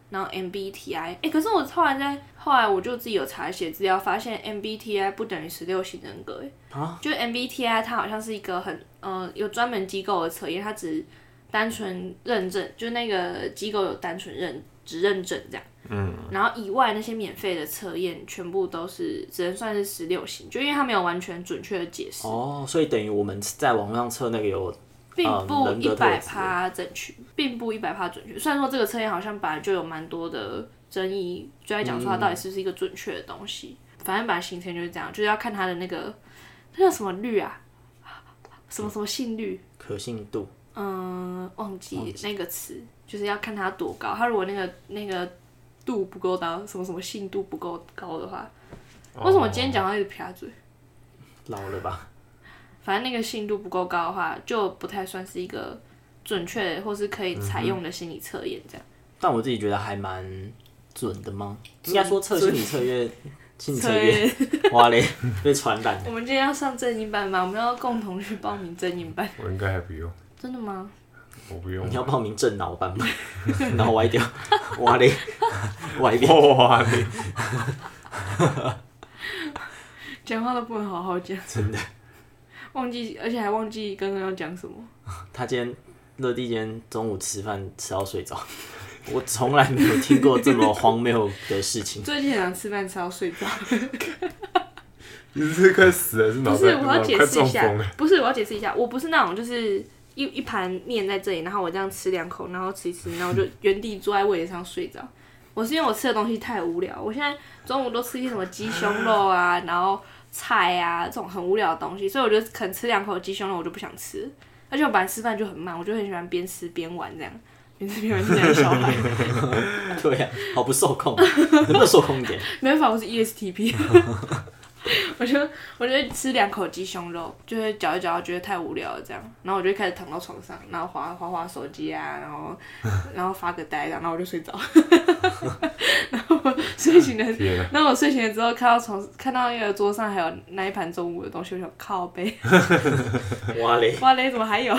Speaker 1: 然后 MBTI。哎、可是我后来在后来我就自己有查一些资料，发现 MBTI 不等于十六型人格、哎、
Speaker 3: 啊
Speaker 1: 就 MBTI 它好像是一个很呃有专门机构的测验，它只单纯认证，就那个机构有单纯认只认证这样。嗯，然后以外那些免费的测验，全部都是只能算是十六型，就因为它没有完全准确的解释。
Speaker 3: 哦，所以等于我们在网络上测那个有
Speaker 1: 并
Speaker 3: 嗯
Speaker 1: 不
Speaker 3: 人
Speaker 1: 一
Speaker 3: 格特
Speaker 1: 百
Speaker 3: 质
Speaker 1: 趴正确，并不一百趴准确。虽然说这个测验好像本来就有蛮多的争议，就在讲说它到底是不是一个准确的东西。反正本来行程就是这样，就是要看它的那个那叫什么率啊，什么什么信率，
Speaker 3: 可信度，
Speaker 1: 嗯，忘记那个词，就是要看它多高。它如果那个那个度不够高，什么什么信度不够高的话，为什么今天讲到一直撇嘴？
Speaker 3: 老了吧？
Speaker 1: 反正那个信度不够高的话，就不太算是一个准确或是可以采用的心理测验。这样、
Speaker 3: 但我自己觉得还蛮准的吗？应该说测心理测验，心理测
Speaker 1: 所
Speaker 3: 验，
Speaker 1: 以
Speaker 3: 哇嘞，被传染，
Speaker 1: 我们今天要上正音班吗？我们要共同去报名正音班？
Speaker 2: 我应该还不用，
Speaker 1: 真的吗？
Speaker 2: 我不用
Speaker 3: 你，要报名正脑班吗？ 脑歪掉，哇嘞， 歪掉，
Speaker 2: 哇，你
Speaker 1: 讲话都不能好好讲，
Speaker 3: 真的。
Speaker 1: 忘记，而且还忘记刚刚要讲什么。
Speaker 3: 他今天乐蒂今天中午吃饭吃到睡着，我从来没有听过这么荒谬的事情。
Speaker 1: 最近很想吃饭，吃到睡着。
Speaker 2: 你是快死了，是脑
Speaker 1: 不是，
Speaker 2: 袋
Speaker 1: 我要解
Speaker 2: 快
Speaker 1: 释一
Speaker 2: 中
Speaker 1: 下
Speaker 2: 风了，，
Speaker 1: 不是，我要解释一下，我不是那种就是一一盘面在这里，然后我这样吃两口，然后吃一吃，然后我就原地坐在位置上睡着。我是因为我吃的东西太无聊，我现在中午都吃一些什么鸡胸肉啊，然后菜啊这种很无聊的东西，所以我就肯吃两口鸡胸肉，我就不想吃。而且我本来吃饭就很慢，我就很喜欢边吃边玩这样，边吃边玩就像小孩。
Speaker 3: 对呀、好不受控，啊能不能受控一点？
Speaker 1: 没办法，我是 E ESTP。我就我就吃两口鸡胸肉，就会嚼一嚼，觉得太无聊了这样，然后我就开始躺到床上，然后划划划手机啊，然后然后发个呆这样，然后我就睡着，然后我睡醒了，
Speaker 2: 天啊，
Speaker 1: 然后我睡醒了之后看到床看到那个桌上还有那一盘中午的东西，我想靠背，
Speaker 3: 哇 嘞，
Speaker 1: 哇嘞，怎么还有？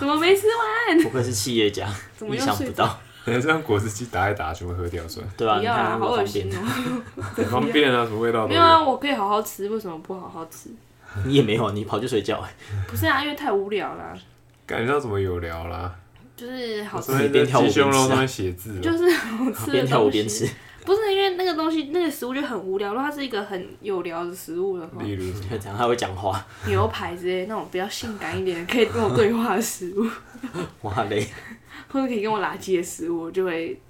Speaker 1: 怎么没吃完？
Speaker 3: 不愧是企业家，
Speaker 1: 怎么
Speaker 3: 意
Speaker 1: 又
Speaker 3: 想
Speaker 1: 睡
Speaker 3: 不
Speaker 1: 着？
Speaker 3: 到，
Speaker 2: 等下这样果汁机打一打，全部喝掉 算了，
Speaker 3: 对吧、
Speaker 1: 不
Speaker 3: 你
Speaker 1: 要
Speaker 3: 看
Speaker 1: 啊，
Speaker 3: 他
Speaker 1: 好恶
Speaker 3: 多方便
Speaker 1: 心，哦！
Speaker 2: 很方便啊，什么味道都
Speaker 1: 没有啊，我可以好好吃，为什么不好好吃？
Speaker 3: 你也没有，啊你跑去睡觉，哎
Speaker 1: 不是啊，因为太无聊了，
Speaker 2: 感觉到怎么有聊啦？
Speaker 1: 就是好
Speaker 2: 我
Speaker 1: 吃
Speaker 2: 昨天在鸡胸肉上面写字哦，
Speaker 1: 啊就是好吃
Speaker 3: 边
Speaker 1: 的
Speaker 3: 跳舞
Speaker 1: 东
Speaker 3: 边吃
Speaker 1: 西。，不是因为那个东西，那个食物就很无聊。如果它是一个很有聊的食物的话，
Speaker 2: 例 如
Speaker 3: 这样他会讲话，
Speaker 1: 牛排之类那种比较性感一点、可以跟我对话的食物，
Speaker 3: 哇嘞，
Speaker 1: 或者可以跟我拉鸡的食物，我就会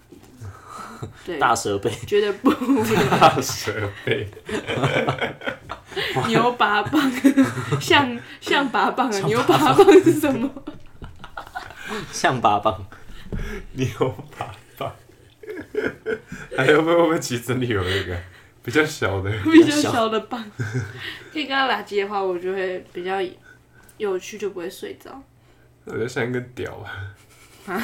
Speaker 1: 对
Speaker 3: 大蛇 背，
Speaker 1: 觉得不无聊。
Speaker 2: 大蛇背，
Speaker 1: 牛拔棒，象象拔棒啊，牛拔棒是什么？
Speaker 3: 象拔蚌，
Speaker 2: 牛粑粑， 还哎有会不会骑真理有那个 比较小的？
Speaker 1: 比较小的棒，可以跟他拉鸡的话，我就会比较有趣，就不会睡着。
Speaker 2: 我觉得像一根屌啊！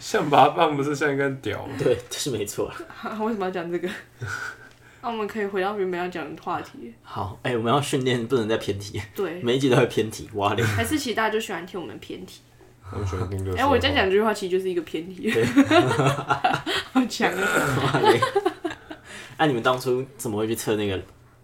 Speaker 2: 象拔蚌不是 像一根屌吗？
Speaker 3: 对，这是没错啦。
Speaker 1: 啊为什么要讲这个？ 那、我们可以回到原本要讲的话题。
Speaker 3: 好，哎、我们要训练，不能再偏题，
Speaker 1: 对，
Speaker 3: 每一集都会偏题，哇嘞，
Speaker 1: 还是其实大家就喜欢听我们偏题。
Speaker 2: 他们喜欢听这
Speaker 1: 哎、
Speaker 2: 个。
Speaker 1: 我
Speaker 3: 哦
Speaker 1: 这样讲这句话其实就是一个偏题， 好强啊！
Speaker 3: 哇 嘞。哎、你们当初怎么会去测那个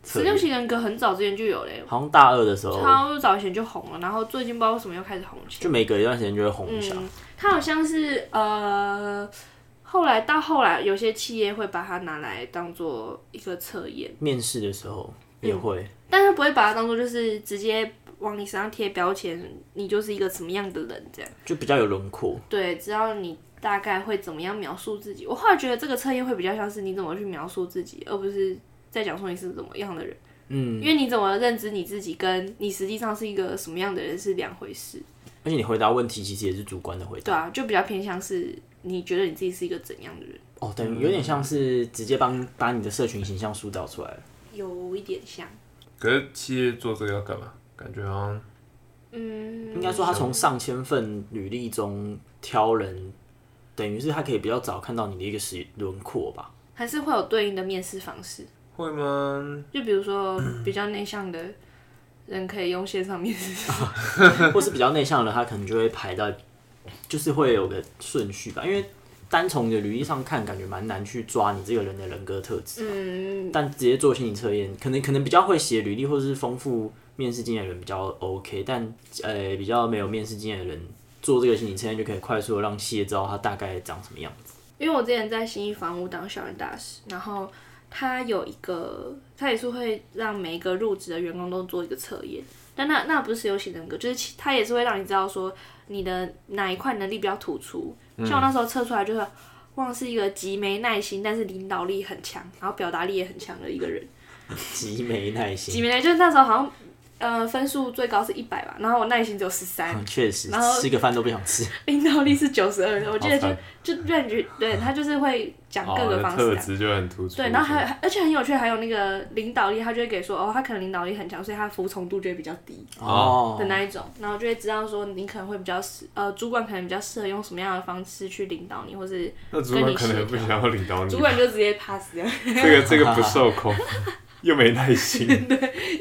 Speaker 3: 测
Speaker 1: 十
Speaker 3: 验
Speaker 1: 六？型人格很早之前就有嘞，
Speaker 3: 好像大二的时候，
Speaker 1: 超早以前就红了，然后最近不知道为什么又开始红起来。
Speaker 3: 哦就每隔一段时间就会红一下。
Speaker 1: 嗯，它好像是呃，后来到后来有些企业会把它拿来当做一个测验。
Speaker 3: 面试的时候也会，
Speaker 1: 但他不会把它当做就是直接往你身上贴标签，你就是一个什么样的人这样。
Speaker 3: 就比较有轮廓。
Speaker 1: 对，只要你大概会怎么样描述自己。我后来觉得这个测验会比较像是你怎么去描述自己，而不是在讲说你是怎么样的人。
Speaker 3: 嗯，
Speaker 1: 因为你怎么认知你自己，跟你实际上是一个什么样的人是两回事。
Speaker 3: 而且你回答问题其实也是主观的回答。
Speaker 1: 对啊，就比较偏向是你觉得你自己是一个怎样的人，
Speaker 3: 哦，等
Speaker 1: 嗯
Speaker 3: 于有点像是直接帮把你的社群形象塑造出来了。
Speaker 1: 有一点像。
Speaker 2: 可是企业做这个要干嘛？感觉好像
Speaker 1: 嗯，
Speaker 3: 应该说，他从上千份履历中挑人，等于是他可以比较早看到你的一个时轮廓吧。
Speaker 1: 还是会有对应的面试方式。
Speaker 2: 会吗？
Speaker 1: 就比如说比较内向的人可以用线上面试，
Speaker 3: 或是比较内向的，他可能就会排到，就是会有个顺序吧。因为单从你的履历上看，感觉蛮难去抓你这个人的人格特质。
Speaker 1: 嗯，
Speaker 3: 但直接做心理测验，可能可能比较会写履历或者是丰富面试经验的人比较 OK，但呃比较没有面试经验的人做这个心理测验就可以快速的让企业知道他大概长什么样子。
Speaker 1: 因为我之前在新一房屋当校园大使，然后他有一个，他也是会让每一个入职的员工都做一个测验，但那那不是有型人格，就是其他也是会让你知道说你的哪一块能力比较突出。
Speaker 2: 嗯
Speaker 1: 像我那时候测出来就是，忘是一个极没耐心，但是领导力很强，然后表达力也很强的一个人。
Speaker 2: 嗯
Speaker 3: 极没耐
Speaker 1: 极
Speaker 3: 心，
Speaker 1: 没耐，就是那时候好像。呃，分数最高是一百吧，然后我耐心只有十 三，
Speaker 3: 嗯确实
Speaker 1: 然后
Speaker 3: 吃个饭都不想 吃。
Speaker 1: 领导力是九十二，我记得
Speaker 2: 好惨
Speaker 1: 就就感觉对他就是会讲各
Speaker 2: 哦
Speaker 1: 个
Speaker 2: 那
Speaker 1: 方式啊、
Speaker 2: 特质就很突出。
Speaker 1: 对，然后还有而且很有趣，还有那个领导力，他就会给说哦，他可能领导力很强，所以他的服从度就会比较低
Speaker 3: 哦
Speaker 1: 的，那一种，然后就会知道说你可能会比较适呃，主管可能比较适合用什么样的方式去领导你，或是
Speaker 2: 那主管可能不想要领导你
Speaker 1: 主，管就直接 pass 掉，
Speaker 2: 这个这个不受控， 又没耐心。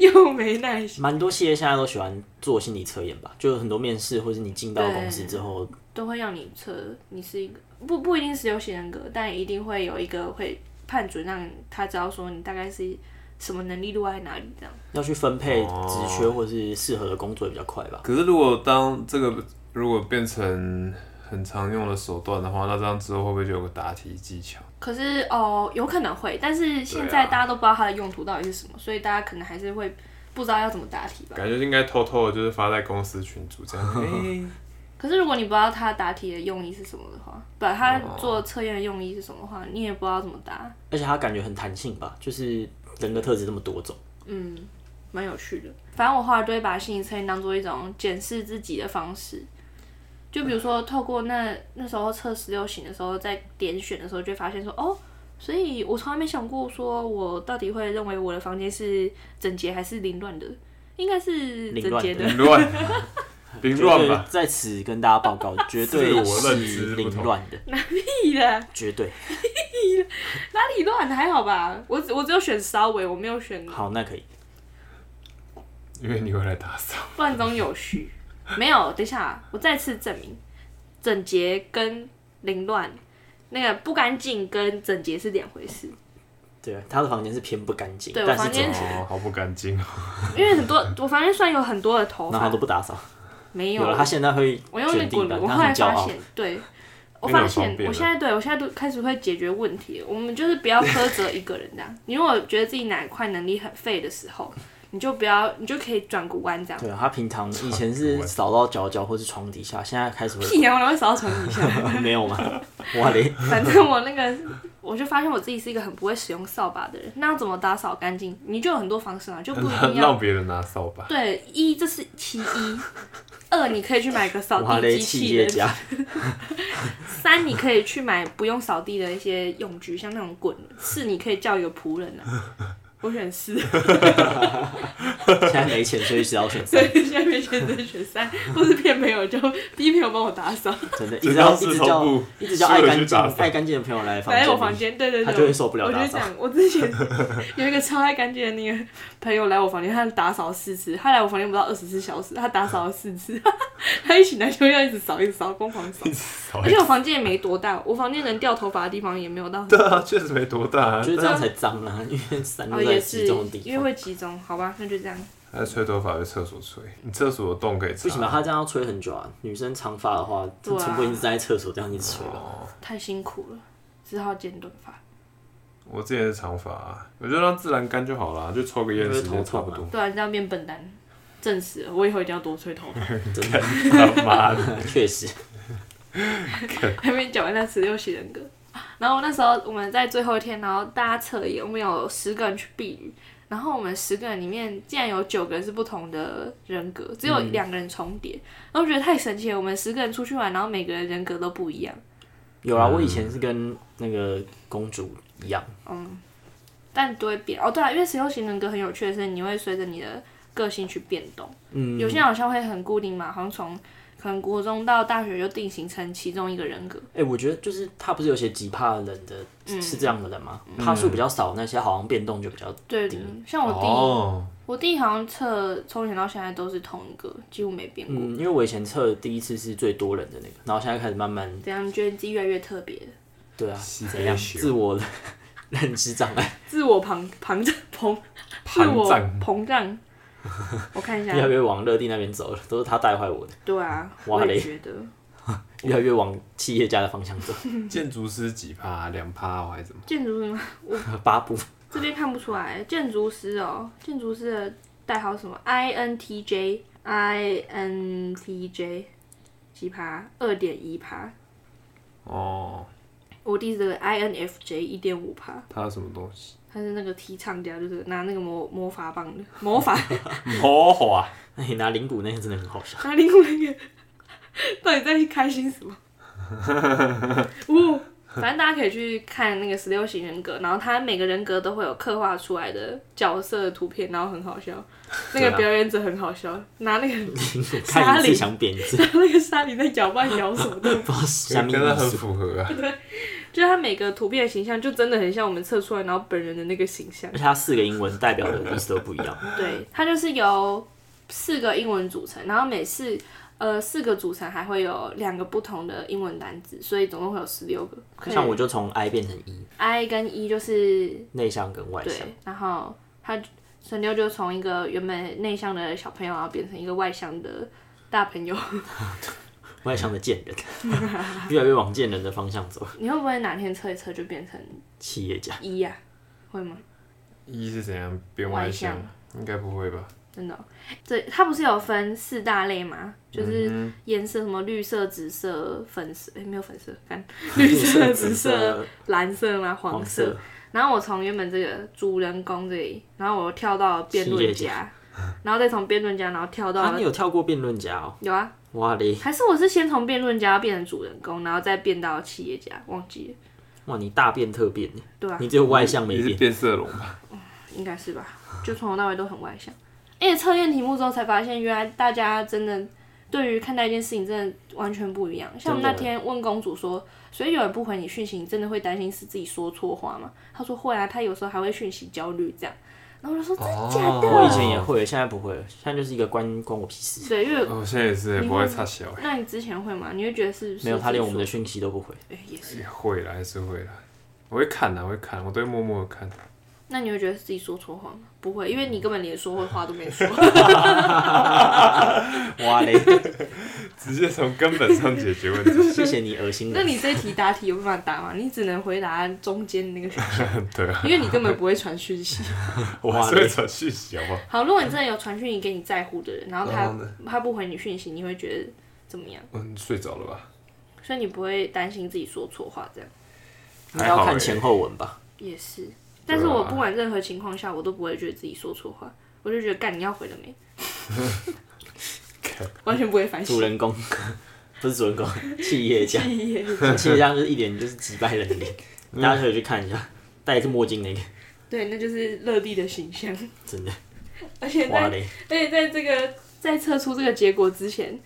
Speaker 1: 又没耐心，
Speaker 3: 蛮多企业现在都喜欢做心理测验吧，就很多面试或是你进到公司之后，
Speaker 1: 都会让你测你是一个不不一定是有型人格，但一定会有一个会判准让他知道说你大概是什么能力落在哪里这样。
Speaker 3: 要去分配
Speaker 2: 哦
Speaker 3: 职缺或是适合的工作也比较快吧。
Speaker 2: 可是如果当这个如果变成很常用的手段的话，那这样之后会不会就有个答题技巧？
Speaker 1: 可是哦，有可能会，但是现
Speaker 2: 对啊
Speaker 1: 在大家都不知道它的用途到底是什么，所以大家可能还是会不知道要怎么答题吧。
Speaker 2: 感觉应该偷偷的，就是发在公司群组这样。哎
Speaker 1: 可是如果你不知道它答题的用意是什么的话，不，它做测验的用意是什么的话，你也不知道怎么答，
Speaker 3: 而且他感觉很弹性吧，就是人格特质这么多种。
Speaker 1: 蛮有趣的。反正我后来都会把心理测验当做一种检视自己的方式，就比如说透过那那时候测十六型的时候，在点选的时候就会发现说，
Speaker 3: 嗯
Speaker 1: 哦，所以我从来没想过说我到底会认为我的房间是整洁还是凌乱的，应该是
Speaker 3: 凌
Speaker 1: 整
Speaker 3: 乱
Speaker 1: 洁
Speaker 3: 的
Speaker 1: 的。
Speaker 2: 凌乱，凌乱吧。
Speaker 3: 在此跟大家报告，绝对
Speaker 2: 自我认知
Speaker 3: 是
Speaker 2: 不同
Speaker 3: 凌乱的，
Speaker 1: 屁的，
Speaker 3: 绝对。
Speaker 1: 哪里乱还好吧？我只我只有选稍微，我没有选
Speaker 3: 好，那可以。
Speaker 2: 因为你会来打扫，
Speaker 1: 乱中有序。没有，等一下，我再次证明，整洁跟凌乱，那个不干净跟整洁是两回事。
Speaker 3: 对，他的房间是偏不干净，
Speaker 1: 对我
Speaker 3: 但是
Speaker 1: 房
Speaker 3: 整洁
Speaker 1: 间，
Speaker 2: 哦，好不干净哦。
Speaker 1: 因为很多，我房间虽然有很多的头
Speaker 3: 然后他
Speaker 1: 发
Speaker 3: 都，不打扫。
Speaker 1: 没
Speaker 3: 有了，他现在会
Speaker 1: 我用那
Speaker 3: 卷
Speaker 1: 滚
Speaker 3: 地
Speaker 1: 轮，
Speaker 3: 板，
Speaker 1: 我
Speaker 3: 他
Speaker 1: 后来
Speaker 3: 很骄
Speaker 1: 发
Speaker 3: 傲
Speaker 1: 现。，对，我
Speaker 2: 那你
Speaker 1: 发
Speaker 2: 很
Speaker 1: 现
Speaker 2: 方便
Speaker 1: 我
Speaker 2: 啊
Speaker 1: 现在对我现在都开始会解决问题了，我们就是不要苛责一个人这样。你如果觉得自己哪一块能力很废的时候，你就不要，你就可以转个弯这样。
Speaker 3: 对啊，他平常以前是扫到脚脚或是床底下，现在开始会
Speaker 1: 屁啊！啊我哪会扫到床底下？
Speaker 3: 没有嘛？哇嘞，
Speaker 1: 反正我那个，我就发现我自己是一个很不会使用扫把的人。那要怎么打扫干净？你就有很多方式啊，就不一定要
Speaker 2: 让别人拿扫把。
Speaker 1: 对一，这是其一；二，你可以去买个 扫
Speaker 3: 哇
Speaker 1: 地
Speaker 3: 嘞，
Speaker 1: 机
Speaker 3: 企
Speaker 1: 器
Speaker 3: 业
Speaker 1: 人；
Speaker 3: 家，
Speaker 1: 三，你可以去买不用扫地的一些用具，像那种滚；四，你可以叫一个仆人啊。我选四，
Speaker 3: 现在没钱，所以只要选
Speaker 1: 所
Speaker 3: 三，
Speaker 1: 以下面选择选三，或是骗朋友就逼朋友帮我打扫，
Speaker 3: 真的，一
Speaker 2: 只
Speaker 3: 直要
Speaker 2: 要
Speaker 3: 一直
Speaker 2: 是
Speaker 3: 叫
Speaker 2: 从不
Speaker 3: 一直叫爱干净
Speaker 2: 所有人去打扫
Speaker 3: 爱干净的朋友来房
Speaker 1: 来我
Speaker 3: 间
Speaker 1: 房
Speaker 3: 里，
Speaker 1: 间，对对对，
Speaker 3: 他就会受不了
Speaker 1: 我就
Speaker 3: 打
Speaker 1: 这
Speaker 3: 扫
Speaker 1: 样，我之前有一个超爱干净的那个朋友来我房间，他打扫四次，他来我房间不到二十四小时，他打扫了四次，他一醒来就要一直扫，一直扫，疯狂扫。
Speaker 2: 扫
Speaker 1: 而且我房间也没多大，我房间能掉头发的地方也没有到很
Speaker 2: 对啊，确实没多大、啊，
Speaker 3: 就是这样才脏啊，因为散
Speaker 1: 哦，
Speaker 3: 落在
Speaker 1: 也
Speaker 3: 集
Speaker 1: 是
Speaker 3: 中的，地
Speaker 1: 因为
Speaker 3: 方。
Speaker 1: 会集中，好吧，那就这样。
Speaker 2: 他吹头发被厕所吹，你厕所的洞可以
Speaker 3: 为什么
Speaker 2: 擦。
Speaker 3: 他这样要吹很久啊？女生长发的话，
Speaker 1: 对啊
Speaker 3: 陈柏霖是在厕所这样一直吹吧？
Speaker 1: 太辛苦了，只好剪短发。
Speaker 2: 我之前是长发、啊，我就让自然干就好啦，就抽个烟时间差不多。
Speaker 1: 对啊，你这样变笨蛋，证实了，我以后一定要多吹头发。
Speaker 3: 真的，
Speaker 2: 他 妈的，
Speaker 3: 确实，
Speaker 1: 还没讲完那十六型人格。然后那时候我们在最后一天，然后大家测验，我们有十个人去避雨，然后我们十个人里面竟然有九个人是不同的人格，只有两个人重叠，然后我觉得太神奇了。我们十个人出去玩，然后每个人人格都不一样，
Speaker 3: 有啊，我以前是跟那个公主一样，
Speaker 1: 但都会变。哦，对啊，因为十六型人格很有趣的是，你会随着你的个性去变动。
Speaker 3: 嗯，
Speaker 1: 有些人好像会很固定嘛，好像从可能国中到大学就定型成其中一个人格。
Speaker 3: 哎、我觉得就是他不是有些极怕冷的，
Speaker 1: 嗯
Speaker 3: 是这样的人吗？怕数比较少，那些好像变动就比较
Speaker 1: 对，像我弟，
Speaker 2: 哦，
Speaker 1: 我弟好像测从以前到现在都是同一个，几乎没变过。
Speaker 3: 嗯，因为我以前测第一次是最多人的那个，然后现在开始慢慢
Speaker 1: 怎样？你觉得你自己越来越特别，
Speaker 3: 对啊，
Speaker 2: 是
Speaker 3: 怎样
Speaker 2: 黑熊
Speaker 3: 自我的 认知障碍
Speaker 1: 自我膨膨胀膨，自
Speaker 2: 膨
Speaker 1: 我
Speaker 2: 胀
Speaker 1: 膨胀。我看一下
Speaker 3: 越，来越往乐蒂那边走了，都是他带坏我的，
Speaker 1: 对啊，
Speaker 3: 哇
Speaker 1: 我也
Speaker 3: 嘞
Speaker 1: 觉得
Speaker 3: 越来越往企业家的方向走，
Speaker 2: 建筑师几趴、两趴、我还怎么？
Speaker 1: 建筑师
Speaker 3: 八步
Speaker 1: 这边看不出来，建筑师哦，建筑师的代号是什么？INTJ INTJ 几趴？二点一趴。
Speaker 2: 哦，
Speaker 1: 我弟是这个 INFJ 一点五趴，
Speaker 2: 他有什么东西？
Speaker 1: 他是那个提倡家，就是拿那个魔魔法棒的魔法
Speaker 2: 魔
Speaker 3: 哦
Speaker 2: 法。
Speaker 3: 那你哎拿灵骨那个真的很好笑，
Speaker 1: 哪里有那个？ 到底在开心 什么？哦，反正大家可以去看那个十六型人格，然后他每个人格都会有刻画出来的角色的图片，然后很好 笑。那个
Speaker 3: 对啊
Speaker 1: 表演者很好笑，拿那个 沙
Speaker 3: 看一
Speaker 1: 林
Speaker 3: 次想扁一次，
Speaker 1: 拿那个沙里在摇摆摇什么的，
Speaker 3: 不知道是下
Speaker 2: 跟
Speaker 3: 面
Speaker 2: 他
Speaker 3: 意
Speaker 2: 很
Speaker 3: 思
Speaker 2: 符合啊，
Speaker 1: 就是他每个图片的形象就真的很像我们测出来，然后本人的那个形象
Speaker 3: 而。且他四个英文代表的意思都不一样，
Speaker 1: 对，它就是由四个英文组成，然后每次呃四个组成还会有两个不同的英文单字，所以总共会有十六个。可以
Speaker 3: 像我就从 I 变成 E，
Speaker 1: I 跟 E 就是
Speaker 3: 内向跟外向，
Speaker 1: 对，然后他神六就从一个原本内向的小朋友，然后变成一个外向的大朋友。
Speaker 3: 外向的贱人，越来越往贱人的方向走，
Speaker 1: 你会不会哪天测一测就变成
Speaker 3: 企业家。
Speaker 1: E 呀、会吗？
Speaker 2: 一是怎样变
Speaker 1: 外
Speaker 2: 外
Speaker 1: 向
Speaker 2: 向？应该不会吧？
Speaker 1: 真的哦、对，它不是有分四大类吗？就是颜色，什么绿色、紫色、粉色，哎、没有粉色，看 绿色、紫色、蓝色吗？黄
Speaker 3: 黄
Speaker 1: 色。
Speaker 3: 色，
Speaker 1: 然后我从原本这个主人公这里，然后我跳到辩
Speaker 3: 企
Speaker 1: 论
Speaker 3: 业家
Speaker 1: 家，然后再从辩论家，然后跳到、
Speaker 3: 啊，你有跳过辩论家哦？
Speaker 1: 有啊，
Speaker 3: 哇嘞，
Speaker 1: 还是我是先从辩论家变成主人公，然后再变到企业家，忘记了，
Speaker 3: 哇，你大变特变，
Speaker 1: 对啊，
Speaker 3: 你只有外向没
Speaker 2: 你是
Speaker 3: 变，
Speaker 2: 变色龙吧？
Speaker 1: 应该是吧？就从头到尾都很外向。而且测验题目之后才发现，原来大家真的对于看待一件事情真的完全不一样。像我们
Speaker 3: 真
Speaker 1: 那
Speaker 3: 的
Speaker 1: 天问公主说，所以有人不回你讯息，你真的会担心是自己说错话吗？她说会啊，她有时候还会讯息焦虑这样。然后我就说真的假的？
Speaker 3: 我以前也会，现在不会了，现在就是一个关关我屁事。
Speaker 1: 对，因为
Speaker 2: 哦，我现在也是
Speaker 1: 你
Speaker 2: 不会
Speaker 1: 会
Speaker 2: 差小，
Speaker 1: 那你之前会吗？你会觉得是
Speaker 3: 没有，他连我们的
Speaker 1: 的
Speaker 3: 讯 息都不回。
Speaker 1: 也是。
Speaker 2: 也会啦，还是会啦。我会看啦，我会看，我都会默默的看。
Speaker 1: 那你会觉得自己说错话吗？不会，因为你根本连说会话都没说。
Speaker 3: 哇嘞，
Speaker 2: 直接从根本上解决问题。
Speaker 3: 谢谢你恶心
Speaker 1: 那
Speaker 3: 人。
Speaker 1: 你这题答题有办法答吗？你只能回答中间那个选项，
Speaker 2: 对啊，
Speaker 1: 因为你根本不会传讯息。
Speaker 2: 我还是会传讯息好不好？
Speaker 1: 好，如果你真的有传讯息给你在乎的人，然后他
Speaker 2: 然后
Speaker 1: 他不回你讯息，你会觉得怎么样？
Speaker 2: 嗯，睡着了吧？
Speaker 1: 所以你不会担心自己说错话，这样
Speaker 3: 应该要
Speaker 2: 还好
Speaker 3: 看
Speaker 2: 欸
Speaker 3: 前后文吧。
Speaker 1: 也是。但是我不管任何情况下，我都不会觉得自己说错话，我就觉得干你要回了没，完全不会反省
Speaker 3: 主。人公 不是主 人公，企业家，
Speaker 1: 企业
Speaker 3: 企业家就是一脸就是击败人的脸，大家可以去看一下，戴一个墨镜那个，
Speaker 1: 对，那就是乐蒂的形象。
Speaker 3: 真的
Speaker 1: 而且在
Speaker 3: 哇
Speaker 1: 而
Speaker 3: 嘞，
Speaker 1: 且在这个在测出这个结果之前，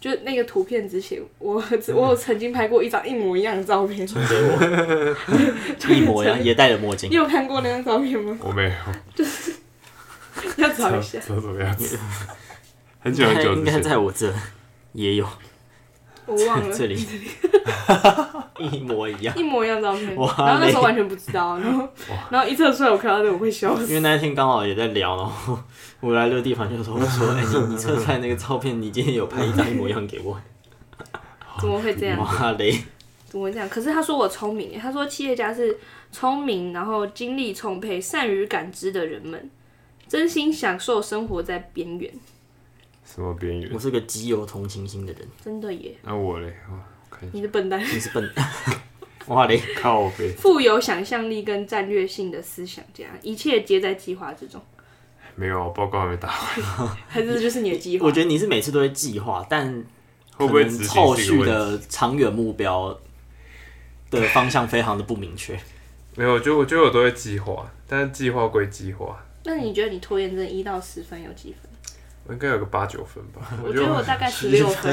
Speaker 1: 就那个图片之前， 我我有曾经拍过一张一模一样的照片。
Speaker 3: 传给我， 一 模一样，也戴了墨
Speaker 1: 你
Speaker 3: 镜，
Speaker 1: 有看过那张照片吗？
Speaker 2: 我没有，
Speaker 1: 要找一下
Speaker 2: 长。长什么样子？很久很久之
Speaker 3: 应该
Speaker 2: 前，
Speaker 3: 在我这也有，
Speaker 1: 我忘了
Speaker 3: 这里 一模一样。
Speaker 1: 一模一样照片，然
Speaker 3: 哇
Speaker 1: 后那时候完全不知道，然后 然后一测出来我看到那个我会笑死。
Speaker 3: 因为那一天刚好也在聊，然后 我来乐地方就说：“我说，哎、你你测出来那个照片，你今天有拍一张一模一样给 我，
Speaker 1: 怎么会这样？
Speaker 3: 哇嘞，
Speaker 1: 怎么会这样？可是他说我聪明耶，他说企业家是聪明，然后精力充沛、善于感知的人们，真心享受生活在边缘。
Speaker 2: 什么边缘
Speaker 3: 我？是个极有同情心的人，
Speaker 1: 真的耶，
Speaker 2: 那我嘞，我看一下
Speaker 1: 你是笨蛋。
Speaker 3: 你是笨， 哇嘞，
Speaker 2: 靠背
Speaker 1: 富有想象力跟战略性的思想家，一切皆在计划之中。
Speaker 2: 没有，啊报告还没打，
Speaker 1: 还是就是你的计划
Speaker 3: 我？觉得你是每次都会计划，但
Speaker 2: 会
Speaker 3: 可
Speaker 2: 不会
Speaker 3: 能
Speaker 2: 执行
Speaker 3: 后
Speaker 2: 是一个
Speaker 3: 续
Speaker 2: 问题？
Speaker 3: 的长远目标的方向非常的不明确。
Speaker 2: 没有，我觉得我觉得我都会计划，但是计划归计划，
Speaker 1: 那你觉得你拖延症一到十分有几分？
Speaker 2: 我应该有个八九分吧。
Speaker 1: 我觉
Speaker 2: 觉
Speaker 1: 得
Speaker 2: 得
Speaker 1: 我大概十六分。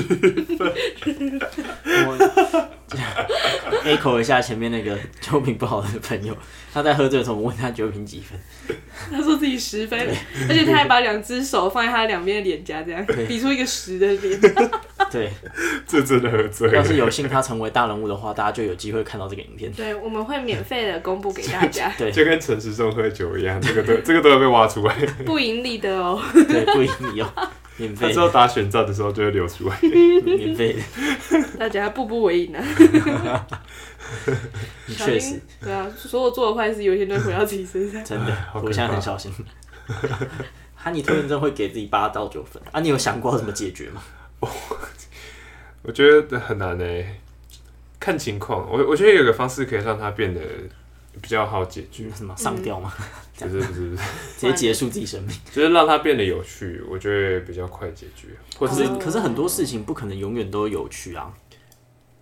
Speaker 3: 我 echo 一下前面那个酒品不好的朋友，他在喝醉的时候，我问他酒品几分，
Speaker 1: 他说自己十分，而且他还把两只手放在他两边的脸颊，这样
Speaker 3: 对
Speaker 1: 比出一个十的脸。
Speaker 3: 对，
Speaker 2: 这真的喝醉
Speaker 3: 要是
Speaker 2: 了，
Speaker 3: 有幸他成为大人物的话，大家就有机会看到这个影片。
Speaker 1: 对，我们会免费的公布给大家，
Speaker 3: 对
Speaker 2: 就跟陈时中喝酒一样，这个都这个都要被挖 出来。
Speaker 1: 不盈利的哦。
Speaker 3: 对，不赢你哦，免
Speaker 2: 他
Speaker 3: 费
Speaker 2: 之后打选战的时候就会流出来。
Speaker 3: 免费的，
Speaker 1: 大家步步为营啊。小
Speaker 3: 确
Speaker 1: 心
Speaker 3: 实，
Speaker 1: 对啊，所有做的坏事，有一天都会回到自己身上。
Speaker 3: 真的，
Speaker 2: 好可怕
Speaker 3: 我现在很小心。 哈，你拖延症会给自己八到九分啊？你有想过要怎么解决吗？
Speaker 2: 我觉得很难呢、欸看情况。我我觉得有个方式可以让它变得比较好解决，
Speaker 3: 什么上吊
Speaker 1: 嗯
Speaker 3: 吗？
Speaker 2: 不是不是 不是，
Speaker 3: 直接结束自己生命？
Speaker 2: 就是让它变得有趣，我觉得比较快解决，或
Speaker 3: 可
Speaker 2: 者
Speaker 3: 是
Speaker 2: 是
Speaker 1: 哦
Speaker 3: 可是很多事情不可能永远都有趣啊。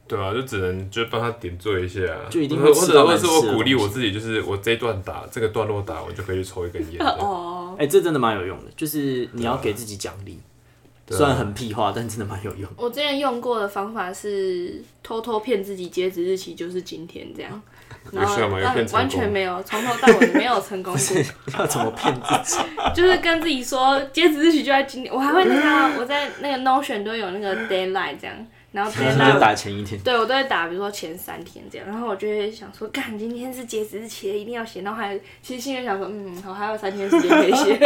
Speaker 2: 对啊，就只能就帮他点缀一下、啊，
Speaker 3: 就一定
Speaker 2: 或
Speaker 3: 会
Speaker 2: 者
Speaker 3: 吃
Speaker 2: 或者
Speaker 3: 到
Speaker 2: 或者
Speaker 3: 难吃
Speaker 2: 是
Speaker 3: 的
Speaker 2: 我鼓励我自己，就是我这一段打这个段落打，我就可以去抽一根烟。这 样
Speaker 1: 哦，
Speaker 3: 哎、这真的蛮有用的，就是你要给自己奖励，
Speaker 2: 对啊
Speaker 3: 虽然很屁话，但真的蛮有用。
Speaker 1: 我之前用过的方法是偷偷骗自己截止日期就是今天这样，然后
Speaker 2: 有效吗有
Speaker 1: 让
Speaker 2: 骗成功
Speaker 1: 完全没有，从头到尾没有成功过。
Speaker 3: 要怎么骗自己？
Speaker 1: 就是跟自己说截止日期就在今天，我还会那个啊我在那个 Notion 都有那个 deadline 这样，然 后
Speaker 3: 你
Speaker 1: deadline
Speaker 3: 就打前一天，
Speaker 1: 对我都会打，比如说前三天这样，然后我就会想说，干，今天是截止日期，一定要写。然后还其实心里想说，嗯，好，还有三天时间可以 写，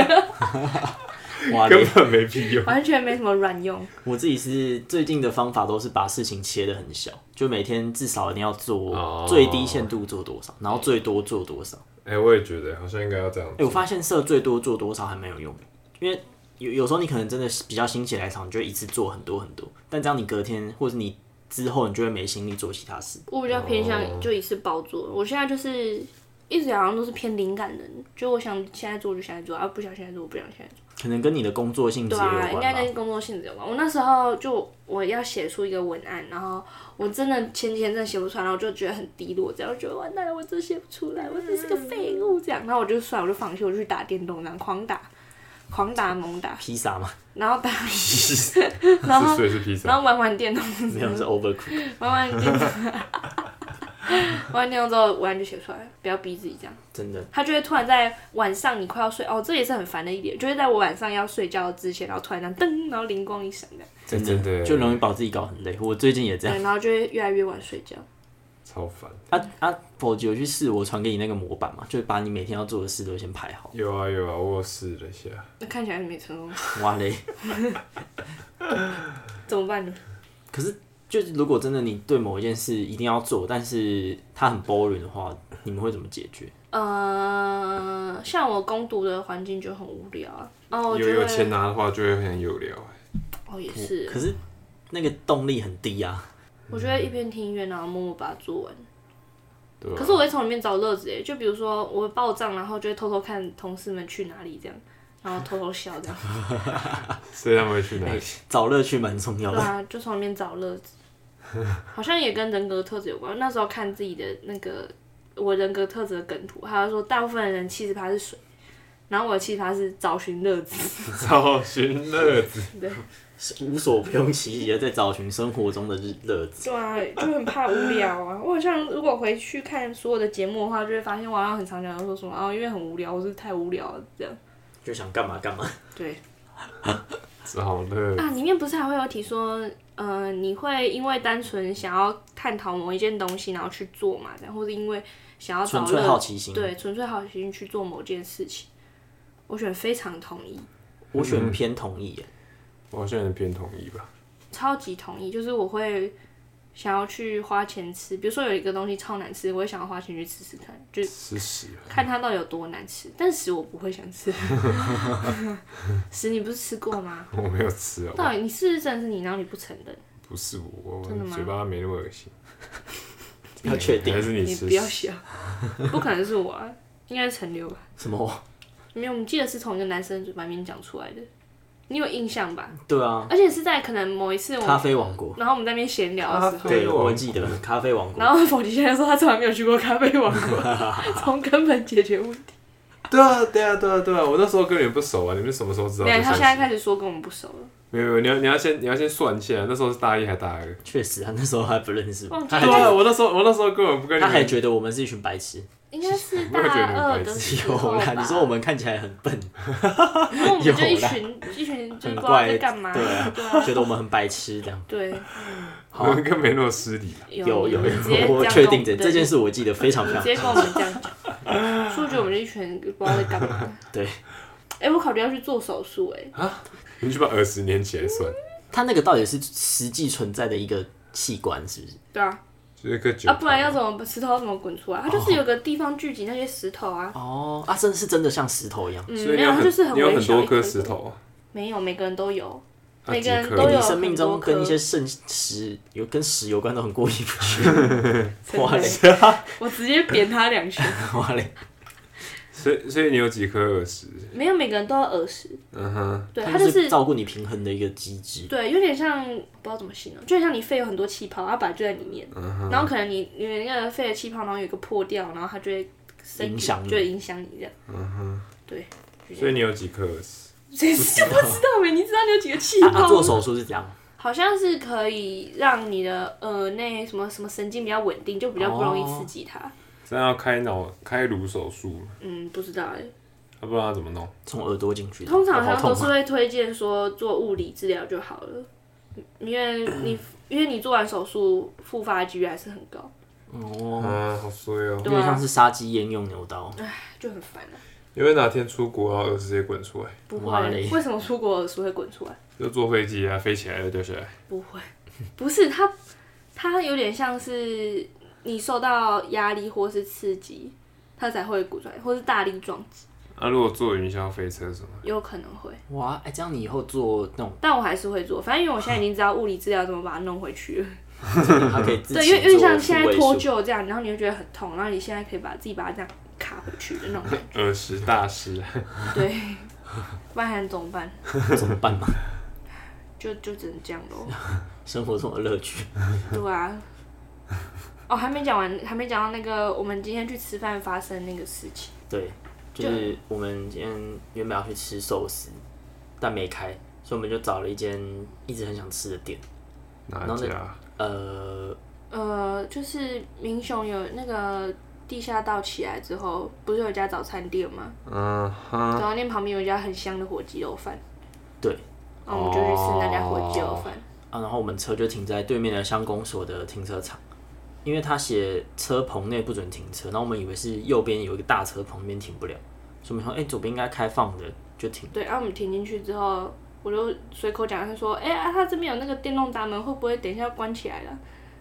Speaker 3: 哇，
Speaker 2: 根
Speaker 3: 你
Speaker 2: 本没屁用。
Speaker 1: 完全没什么卵用。
Speaker 3: 我自己是最近的方法都是把事情切得很小，就每天至少一定要
Speaker 2: 哦
Speaker 3: 做最低限度做多少，然后最多做多少。
Speaker 2: 哎、我也觉得好像应该要这样
Speaker 3: 哎、。我发现设最多做多少还蛮有用的，因为有有时候你可能真的是比较心血来潮，你就一次做很多很多，但这样你隔天或者你之后你就会没心力做其他事。
Speaker 1: 我比较偏向就一次包做，我现在就是一直好像都是偏灵感人，就我想现在做就现在做，啊，不想现在做我不想现在做。
Speaker 3: 可能跟你的工作性质
Speaker 1: 对
Speaker 3: 也有
Speaker 1: 啊，
Speaker 3: 关
Speaker 1: 应
Speaker 3: 吧
Speaker 1: 该。跟工作性质有关。我那时候就我要写出一个文案，然后我真的前几天真的写不出来，然后我就觉得很低落，这样我觉得完蛋了，我真的写不出来，我真是个废物这样。然后我就算了，我就放弃，我就去打电动，这样狂打，狂打猛打，
Speaker 3: 披萨嘛，
Speaker 1: 然后打，然
Speaker 2: 是
Speaker 1: 后
Speaker 2: 所以是披萨
Speaker 1: 然，后玩玩电动，
Speaker 3: 没有是 overcook，
Speaker 1: 玩玩电动， 玩完电动之后文案就写出来了，不要逼自己这样。
Speaker 3: 真的
Speaker 1: 他就会突然在晚上你快要睡哦，这也是很烦的一点，就会在我晚上要睡觉之前，然后突然这样噔，然后灵光一闪这样。
Speaker 3: 真的
Speaker 2: 真的
Speaker 3: 就容易把自己搞很累。我最近也这样，
Speaker 1: 对，然后就会越来越晚睡觉。
Speaker 2: 超烦。
Speaker 3: 啊啊，否有去试我传给你那个模板嘛，就是把你每天要做的事都先排好。
Speaker 2: 有啊有啊，我有试了一下，
Speaker 1: 那看起来是没成功，
Speaker 3: 哇嘞！
Speaker 1: 怎么办呢？
Speaker 3: 可是就是如果真的你对某一件事一定要做，但是它很 boring 的话，你们会怎么解决？
Speaker 1: 呃，像我攻读的环境就很无聊啊。哦，我
Speaker 2: 有
Speaker 1: 觉
Speaker 2: 有
Speaker 1: 得
Speaker 2: 钱拿的话就会很有聊、
Speaker 1: 哦也是，
Speaker 3: 可是那个动力很低啊。
Speaker 1: 我觉得一边听音乐，然后默默把它做完。
Speaker 2: 对吧、
Speaker 1: 可是我会从里面找乐子诶，就比如说我会报账，然后就会偷偷看同事们去哪里这样，然后偷偷笑这样。
Speaker 2: 所以他们会去哪
Speaker 3: 哎
Speaker 2: 里？
Speaker 3: 找乐趣蛮重要
Speaker 1: 对
Speaker 3: 的。
Speaker 1: 啊，就从里面找乐子，好像也跟人格特质有关。那时候看自己的那个我人格特质的梗图，他就说大部分人七十趴是水，然后我七十趴是找寻乐子。
Speaker 2: 找寻乐子，
Speaker 3: 是无所不用其极的在找寻生活中的日乐子。
Speaker 1: 对啊，就很怕无聊啊。我好像如果回去看所有的节目的话，就会发现我好像很常讲说什么啊，因为很无聊，我是太无聊了这样。
Speaker 3: 就想干嘛干嘛。
Speaker 1: 对
Speaker 2: 找乐子
Speaker 1: 啊，里面不是还会有提说，呃，你会因为单纯想要探讨某一件东西，然后去做嘛，这样，或者因为想要
Speaker 3: 纯
Speaker 1: 找
Speaker 3: 粹
Speaker 1: 乐
Speaker 3: 好奇心
Speaker 1: 对，纯粹好奇心去做某件事情。我选非常同意，
Speaker 3: 我选偏同意耶，
Speaker 2: 我好像有点偏同意吧。
Speaker 1: 超级同意，就是我会想要去花钱吃，比如说有一个东西超难吃，我会想要花钱去吃吃看，就
Speaker 2: 吃屎，啊
Speaker 1: 看它到底有多难吃。但屎我不会想 吃，屎你不是吃过吗？
Speaker 2: 我没有吃哦，
Speaker 1: 到底你是不是真的是你，然后你不承认，
Speaker 2: 不是我，
Speaker 1: 真的
Speaker 2: 我
Speaker 1: 吗
Speaker 2: 嘴巴没那么恶心。
Speaker 3: 要确定
Speaker 2: 还是你
Speaker 1: 你
Speaker 2: 吃
Speaker 1: 不要
Speaker 2: 屎？
Speaker 1: 笑，不可能是我啊，应该是陈流吧？
Speaker 3: 什么？
Speaker 1: 没有，我们记得是从一个男生的嘴巴里面讲出来的，你有印象吧？
Speaker 3: 对啊，
Speaker 1: 而且是在可能某一次我
Speaker 3: 咖
Speaker 1: 们，
Speaker 3: 啡王国。
Speaker 1: 然后我们在那边闲聊的时候
Speaker 2: 咖。啡
Speaker 3: 对，
Speaker 2: 王国
Speaker 3: 我嗯记得咖啡王国。
Speaker 1: 然后否极现在说他从来没有去过咖啡王 国，从根本解决问题。
Speaker 2: 对啊，对啊，对啊，对啊！我那时候跟你们不熟啊，你们什么时候知道
Speaker 1: 没
Speaker 2: 这
Speaker 1: 有，
Speaker 2: 消息？
Speaker 1: 他现在开始说跟我们不熟了。
Speaker 2: 没有没有，你要你要先你要先算一下，那时候是大一还大二？
Speaker 3: 确实，他那时候还不认识我
Speaker 1: 忘，记
Speaker 3: 他还
Speaker 2: 对
Speaker 3: 觉
Speaker 2: 啊，
Speaker 3: 得
Speaker 2: 我那时候我那时候根本不跟你
Speaker 3: 他还
Speaker 2: 们，
Speaker 3: 觉得我们是一群白痴。
Speaker 1: 应该 是大
Speaker 2: 我也觉得你
Speaker 1: 二
Speaker 2: 很白
Speaker 1: 的时
Speaker 3: 有
Speaker 1: 候吧
Speaker 3: 啦，你说 我们看起来很笨，
Speaker 1: 因为我们就一
Speaker 3: 有啦
Speaker 1: 群一群就是
Speaker 3: 很
Speaker 1: 不知道
Speaker 3: 怪
Speaker 1: 在干嘛，
Speaker 3: 对啊
Speaker 1: 对啊，
Speaker 3: 觉得我们很白痴这样。
Speaker 1: 对，
Speaker 2: 我们根本没那么失礼啊。
Speaker 3: 有有
Speaker 1: 你直接
Speaker 3: 有，
Speaker 1: 这
Speaker 3: 我
Speaker 1: 样
Speaker 3: 确
Speaker 1: 跟
Speaker 3: 定
Speaker 1: 对
Speaker 3: 这这件事我记得非常非
Speaker 1: 你
Speaker 3: 常
Speaker 1: 直。接跟我们这样讲， 说觉得我们这一群人不知道在干嘛。
Speaker 3: 对，
Speaker 1: 哎，我考虑要去做手术，
Speaker 3: 啊
Speaker 1: 哎，
Speaker 2: 你去把耳石连起来算，
Speaker 3: 他那个到底是实际存在的一个器官，是不是？
Speaker 1: 对啊，
Speaker 2: 就是一个酒
Speaker 1: 啊，不然要怎么把石头要怎么滚出来？它就是有个地方聚集那些石头啊，
Speaker 3: 哦，啊，真的是真的像石头一样。
Speaker 1: 嗯，
Speaker 2: 所以
Speaker 1: 没
Speaker 2: 你
Speaker 1: 有，
Speaker 2: 有
Speaker 1: 它就是很
Speaker 2: 你有
Speaker 1: 微
Speaker 2: 很
Speaker 1: 小
Speaker 2: 多
Speaker 1: 一颗
Speaker 2: 颗石，头啊，
Speaker 1: 没有，每个人都有。
Speaker 2: 啊
Speaker 1: 每个人
Speaker 2: 几颗
Speaker 1: 都有
Speaker 3: 你生命中跟一些圣石有跟石有关都很过意不去。哇 嘞，
Speaker 1: 我直接扁他两拳。
Speaker 3: 哇嘞，
Speaker 2: 所以所以你有几颗耳石？
Speaker 1: 没有每个人都要耳石，
Speaker 2: 嗯哼，
Speaker 1: 对，
Speaker 3: 它
Speaker 1: 它就是
Speaker 3: 照顾你平衡的一个机制。
Speaker 1: 对，有点像不知道怎么形容，就像你肺有很多气泡，它本来就在里面，
Speaker 3: 嗯
Speaker 1: 然后可能你你那个肺的气泡，然后有一个破掉，然后它就会身体
Speaker 3: 影响你
Speaker 1: 就会影响你这样。
Speaker 2: 所以你有几颗耳石？
Speaker 1: 谁知不知道没？ 你知道你有几个气
Speaker 3: 啊
Speaker 1: 泡
Speaker 3: 啊，
Speaker 1: 吗？
Speaker 3: 做手术是这样，
Speaker 1: 好像是可以让你的呃那什么什么神经比较稳定，就比较不容易刺激它。
Speaker 3: 哦
Speaker 2: 这样要开脑开颅手术吗，
Speaker 1: 嗯，不知道哎、
Speaker 2: 要不然要怎么弄？
Speaker 3: 从耳朵进去的。
Speaker 1: 通常好
Speaker 3: 好
Speaker 1: 像都
Speaker 3: 痛
Speaker 1: 是
Speaker 3: 啊！
Speaker 1: 会推荐说做物理治疗就好了，因为你因为你做完手术复发的几率还是很高，
Speaker 3: 哦，
Speaker 2: 啊，好衰哦！
Speaker 3: 有
Speaker 1: 对
Speaker 3: 点
Speaker 1: 啊
Speaker 3: 像，是杀鸡焉用牛刀。
Speaker 1: 就很烦啊。
Speaker 2: 因为哪天出国，然后耳石也滚出来，
Speaker 1: 不
Speaker 3: 哇
Speaker 1: 会
Speaker 3: 嘞，
Speaker 1: 为什么出国耳石会滚出来？
Speaker 2: 就坐飞机啊，飞起来又掉下来。
Speaker 1: 不会，不是它，它有点像是你受到压力或是刺激，它才会滚出来，或是大力撞击，
Speaker 2: 那、啊如果坐云霄飞车什么？
Speaker 1: 有可能会。
Speaker 3: 哇，哎，这样你以后做那种，
Speaker 1: 但我还是会做，反正因为我现在已经知道物理治疗怎么把它弄回去了。
Speaker 3: 它可以自己
Speaker 1: 对，因为因为像现在脱
Speaker 3: 脱
Speaker 1: 臼这样，然后你会觉得很痛，然后你现在可以把自己把它这样卡回去的那种感觉。
Speaker 2: 耳石大师啊，
Speaker 1: 对，不然还怎么办？
Speaker 3: 怎么办嘛？
Speaker 1: 就就只能这样咯。
Speaker 3: 生活中的乐趣。
Speaker 1: 对啊。哦，还没讲完，还没讲到那个我们今天去吃饭发生那个事情。
Speaker 3: 对，就是我们今天原本要去吃寿司，但没开，所以我们就找了一间一直很想吃的店。
Speaker 2: 哪
Speaker 3: 然后
Speaker 2: 一
Speaker 3: 那
Speaker 2: 家啊？
Speaker 3: 呃，
Speaker 1: 呃，就是民雄有那个地下道起来之后，不是有一家早餐店吗？
Speaker 2: 嗯哼，
Speaker 1: 早餐店旁边有一家很香的火鸡肉饭，
Speaker 3: 对
Speaker 1: 然后我们就去吃那家火鸡肉饭。
Speaker 3: 啊，然后我们车就停在对面的乡公所的停车场，因为他写车棚内不准停车，然后我们以为是右边有一个大车棚，那边停不了，所以我们说，哎、左边应该开放的就停。
Speaker 1: 对，然、后我们停进去之后，我就随口讲，他说：“哎、啊，他这边有那个电动闸门，会不会等一下关起来了？”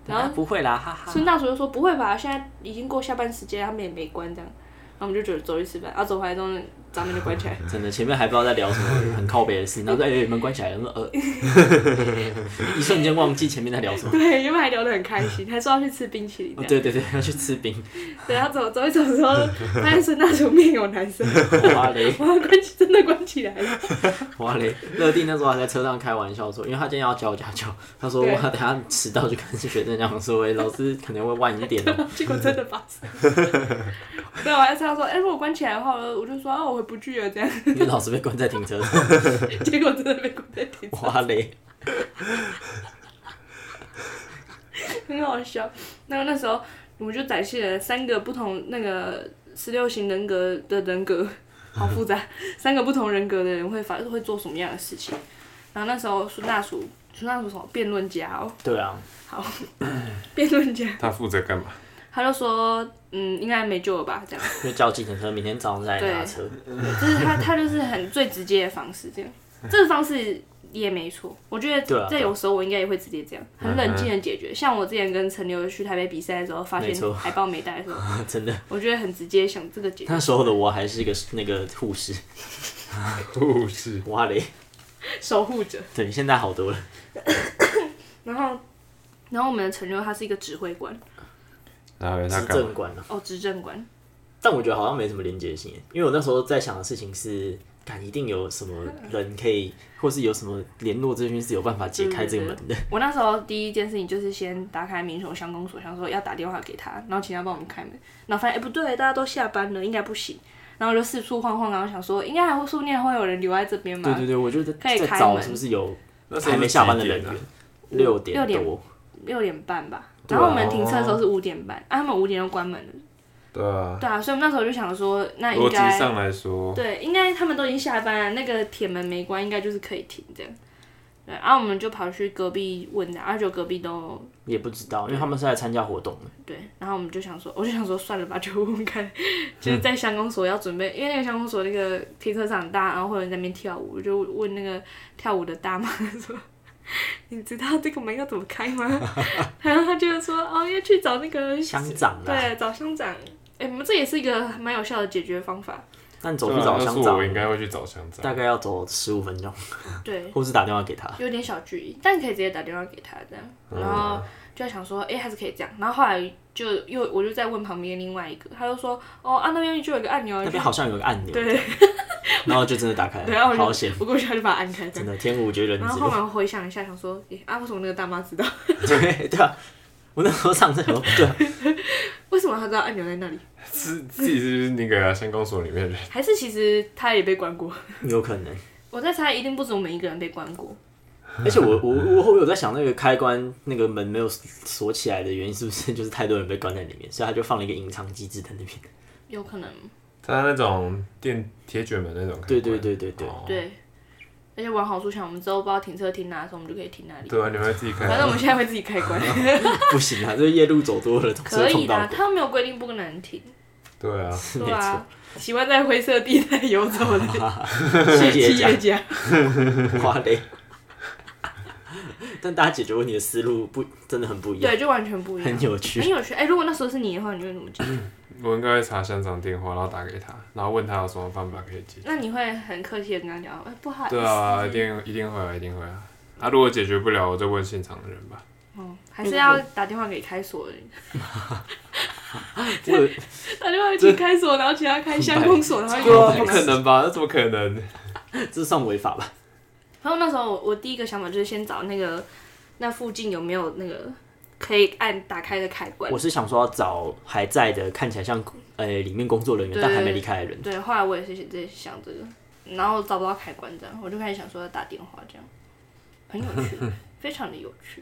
Speaker 1: 然后
Speaker 3: 啊不会啦，哈哈。
Speaker 1: 孙大厨就说：“不会吧，现在已经过下班时间，他们也没关这样。”然后我们就走走去吃饭，啊，走回来之后，闸门就关起来。
Speaker 3: 真的，前面还不知道在聊什么很靠北的事，然后说：“哎、门关起来了。”我说：“呃，一瞬间忘记前面在聊什么。
Speaker 1: 对，原本还聊得很开心，还说要去吃冰淇淋这
Speaker 3: 哦”
Speaker 1: 样。
Speaker 3: 对对对，要去吃冰，
Speaker 1: 对，然后走走一走之后，发现孙大厨面有男生，
Speaker 3: 哇嘞
Speaker 1: 我要关起，真的关起来了。
Speaker 3: 哇嘞！乐蒂那时候还在车上开玩笑说，因为他今天要教家教，他说：“
Speaker 1: 对
Speaker 3: 哇，等下迟到就跟学生讲说，哎，老师可能会晚一点哦。
Speaker 1: 结果真的发生。 对，我还是要说，哎、如果关起来的话，我就说啊，我回不去了这样。
Speaker 3: 因为老师被关在停车场。
Speaker 1: 结果真的被关在停车场，
Speaker 3: 哇嘞！
Speaker 1: 很好笑。然后那时候我们就展现了三个不同那个十六型人格的人格，好复 杂，三个不同人格的人会发会做什么样的事情。然后那时候孙大厨，孙大厨什么辩论家哦，
Speaker 3: 对啊，
Speaker 1: 辩论家，
Speaker 2: 他负责干嘛？
Speaker 1: 他就说，嗯，应该没救了吧，这样。
Speaker 3: 因为叫计程车，明天早上再来拿车。
Speaker 1: 就是他他就是很最直接的方式，这样这个方式也没错。我觉
Speaker 3: 哎对啊
Speaker 1: 得
Speaker 3: 嗯
Speaker 1: 在有时候我应该也会直接这样，很冷静的解决。像我之前跟陈留去台北比赛的时候，发
Speaker 3: 没错
Speaker 1: 现海报没带的时候，
Speaker 3: 真的，
Speaker 1: 我觉得很直接想这个 解决。
Speaker 3: 那时候的我还是一个那个护士。
Speaker 2: 护士
Speaker 3: 哇嘞！
Speaker 1: 守护者，
Speaker 3: 对，现在好多了。
Speaker 1: 然后然后我们的陈留他是一个指挥官
Speaker 2: 然后他
Speaker 3: 执
Speaker 2: 干嘛？
Speaker 3: 政官了。
Speaker 1: 哦，执政官，
Speaker 3: 但我觉得好像没什么连结性耶，因为我那时候在想的事情是，看一定有什么人可以，或是有什么联络资讯是有办法解开
Speaker 1: 嗯
Speaker 3: 这个门的。
Speaker 1: 我那时候第一件事情就是先打开民雄乡公所，想说要打电话给他，然后请他帮我们开门。然后发现哎、不对，大家都下班了，应该不行。然后我就四处晃晃，然后想说应该还会说不定还会有人留在这边嘛。
Speaker 3: 对对对，我就在
Speaker 1: 嗯可以
Speaker 3: 在
Speaker 1: 开
Speaker 3: 找
Speaker 1: 门
Speaker 3: 是不是有
Speaker 2: 那时候
Speaker 3: 还没下班的
Speaker 2: 是
Speaker 3: 人
Speaker 2: 几点
Speaker 3: 员
Speaker 2: 啊，
Speaker 3: 六点
Speaker 1: 六
Speaker 3: 多，
Speaker 1: 六点半吧，
Speaker 3: 对
Speaker 1: 然
Speaker 3: 啊
Speaker 1: 后我们停车的时候是五点半，啊，他们五点就关门了。
Speaker 2: 对啊，
Speaker 1: 对啊，所以我们那时候就想说，那应
Speaker 2: 逻辑
Speaker 1: 该
Speaker 2: 上来说，
Speaker 1: 对，应该他们都已经下班了，那个铁门没关，应该就是可以停这样。对，然、后我们就跑去隔壁问的，而且隔壁都
Speaker 3: 也不知道，因为他们是来参加活动的。
Speaker 1: 对，然后我们就想说，我就想说算了吧，就问问看，就是
Speaker 3: 嗯
Speaker 1: 在乡公所要准备，因为那个乡公所那个停车场很大，然后会有人在那边跳舞，我就问那个跳舞的大妈说。 你知道这个门要怎么开吗？ 然后他就说哦，要去找那个
Speaker 3: 乡长啊啦，
Speaker 1: 对，找乡长。哎、我们这也是一个蛮有效的解决方法。
Speaker 3: 但走
Speaker 2: 对
Speaker 3: 去
Speaker 2: 啊
Speaker 3: 找
Speaker 2: 要是
Speaker 3: 乡
Speaker 2: 我
Speaker 3: 长，
Speaker 2: 应该会去找乡长。
Speaker 3: 大概要走十五分钟，
Speaker 1: 对，
Speaker 3: 或是打电话给他。
Speaker 1: 有点小距离，但可以直接打电话给他这样。
Speaker 3: 嗯
Speaker 1: 然后就在想说，哎、还是可以这样。然后后来就又我就在问旁边另外一个，他就说，哦，啊那边就有一个按钮啊，
Speaker 3: 那
Speaker 1: 就
Speaker 3: 边好像有个按钮，
Speaker 1: 对，
Speaker 3: 然后就真的打开
Speaker 1: 对，然后
Speaker 3: 了，好
Speaker 1: 我就
Speaker 3: 险！
Speaker 1: 我过去他就把它按开这
Speaker 3: 真
Speaker 1: 样。
Speaker 3: 的天无绝人
Speaker 1: 然后
Speaker 3: 之
Speaker 1: 后
Speaker 3: 路。
Speaker 1: 来我回想一下，想说，哎、啊为什么那个大妈知道？
Speaker 3: 对对啊，我那时候上厕所， 对啊，
Speaker 1: 为什么她知道按钮在那里？
Speaker 2: 自自己是不是那个啊乡公所里面 的人？
Speaker 1: 还是其实她也被关过？
Speaker 3: 有可能。
Speaker 1: 我在猜，一定不止我们一个人被关
Speaker 3: 哦
Speaker 1: 过。
Speaker 3: 而且我我我后面有在想，那个开关那个门没有锁起来的原因，是不是就是太多人被关在里面，所以他就放了一个隐藏机制在那边？
Speaker 1: 有可能，
Speaker 2: 他那种电铁卷门那种开关。
Speaker 3: 对对对对对，
Speaker 2: 哦
Speaker 1: 对。而且往好处想，我们之后不知道停车停哪的时候，我们就可以停哪里。
Speaker 2: 对啊，你们会自己开。
Speaker 1: 反正我们现在会自己开 关，
Speaker 3: 不行啊，这夜路走多了总是
Speaker 1: 可
Speaker 3: 会
Speaker 1: 以
Speaker 3: 碰到
Speaker 1: 的，啊
Speaker 3: 鬼。
Speaker 1: 他没有规定不能停，
Speaker 2: 对啊，
Speaker 3: 没
Speaker 1: 对
Speaker 3: 错
Speaker 1: 啊，喜欢在灰色地带游走 的
Speaker 3: 谢谢
Speaker 1: 企
Speaker 3: 讲
Speaker 1: 业家，
Speaker 3: 花嘞。 但大家解决问题的思路不真的很不一样，
Speaker 1: 对，就完全不一样，
Speaker 3: 很有趣嗯
Speaker 1: 很。有趣。哎，如果那时候是你的话，你会怎么解决？
Speaker 2: 我应该会查乡长电话，然后打给他，然后问他有什么办法可以 解决。
Speaker 1: 那你会很客气的跟他讲，哎，不好意思，
Speaker 2: 对啊，一定一定会啊，一定会啊。啊，如果解决不了，我再问现场的人 吧。
Speaker 1: 哦，还是要打电话给开锁的人，
Speaker 3: 我
Speaker 1: 打电话去开锁，然后请他开乡公所，然后
Speaker 3: 对啊
Speaker 2: 不可能吧？那怎么可能？
Speaker 3: 这算违法吧？
Speaker 1: 然后那时候我我第一个想法就是先找那个那附近有没有那个可以按打开的开关
Speaker 3: 我。是想说要找还在的，看起来像呃里面工作人员
Speaker 1: 对
Speaker 3: 但还没离开的人，
Speaker 1: 对，后来我也是在想这个，然后找不到开 关这样，我就开始想说要打电话这样，很有趣，非常的有趣。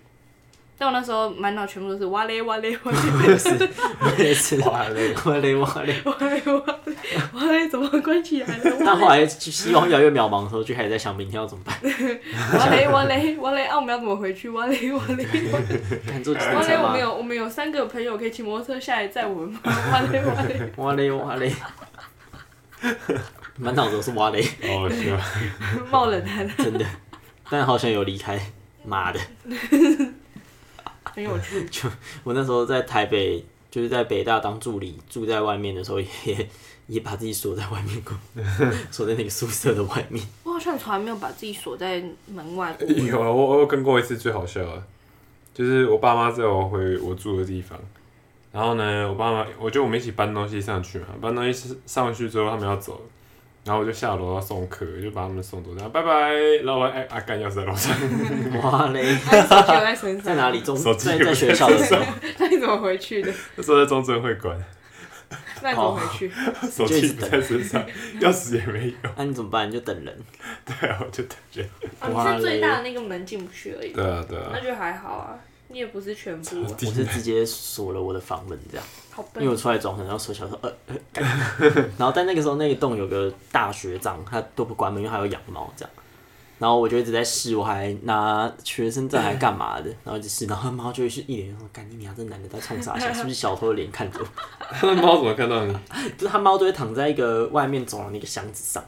Speaker 1: 但我那时候满脑全部都是哇嘞哇嘞 哇嘞
Speaker 3: 我也是，我嘞我嘞我嘞。
Speaker 1: 哇嘞哇嘞哇嘞，怎么关起来了？
Speaker 3: 但后来就希望越来越渺茫的时候，就开始在想明天要怎么办。
Speaker 1: 哇嘞哇嘞哇嘞，啊，我们要怎么回去？哇嘞哇 嘞哇嘞，
Speaker 3: 看坐计
Speaker 1: 哇嘞
Speaker 3: 程车
Speaker 1: 我
Speaker 3: 吗
Speaker 1: 们？有我们有三个朋友可以骑摩托车下来载我们吗？ 哇嘞哇嘞，
Speaker 3: 哇嘞哇嘞， 满脑子都是哇嘞，
Speaker 2: 好好笑。
Speaker 1: 冒冷 汗，
Speaker 3: 真的。但好想有离开，妈的！
Speaker 1: 很有趣。
Speaker 3: 我那时候在台北，就是在北大当助理，住在外面的时候也，也把自己锁在外面过， 锁在那个宿舍的外面。
Speaker 1: 我好像从来没有把自己锁在门 外过。
Speaker 2: 有啊，我我有跟过一次最好笑的，就是我爸妈载我回我住的地方，然后呢，我爸妈，我就我们一起搬东西上去嘛，搬东西上去之后他们要走了，然后我就下楼要送客，就把他们送走，然后拜拜，然后我哎阿干钥匙在楼上，
Speaker 3: 哇嘞，
Speaker 1: 那你手机有在身上？
Speaker 3: 在哪里？？中
Speaker 2: 手机
Speaker 3: 在
Speaker 2: 有
Speaker 3: 在学校的时候，
Speaker 1: 那你怎么回去的？
Speaker 2: 那时候在中正会馆，
Speaker 1: 那你怎么回去？
Speaker 2: 手机不在身上，钥匙也没有，
Speaker 3: 那、你怎么办？你就等人。
Speaker 2: 对啊，我就等着。
Speaker 1: 哦，你是最大的那个门进不去而已，
Speaker 2: 对啊对啊
Speaker 1: 那，就还好啊。你也不是全部啊，
Speaker 3: 我是直接锁了我的房门这样。
Speaker 1: 好
Speaker 3: 因为我
Speaker 1: 笨。啊
Speaker 3: 出来转，可能要缩小说，呃，呃干然后但那个时候那一栋有个大学长，他都不关门，因为他有养猫这样。然后我就一直在试，我还拿学生证还干嘛的，然后就试，然后他猫就会是一脸说：“干你娘，这男的在冲啥笑？是不是小偷的脸看着我？”
Speaker 2: 那猫怎么看到你？
Speaker 3: 就是他猫都会躺在一个外面走廊的一个箱子上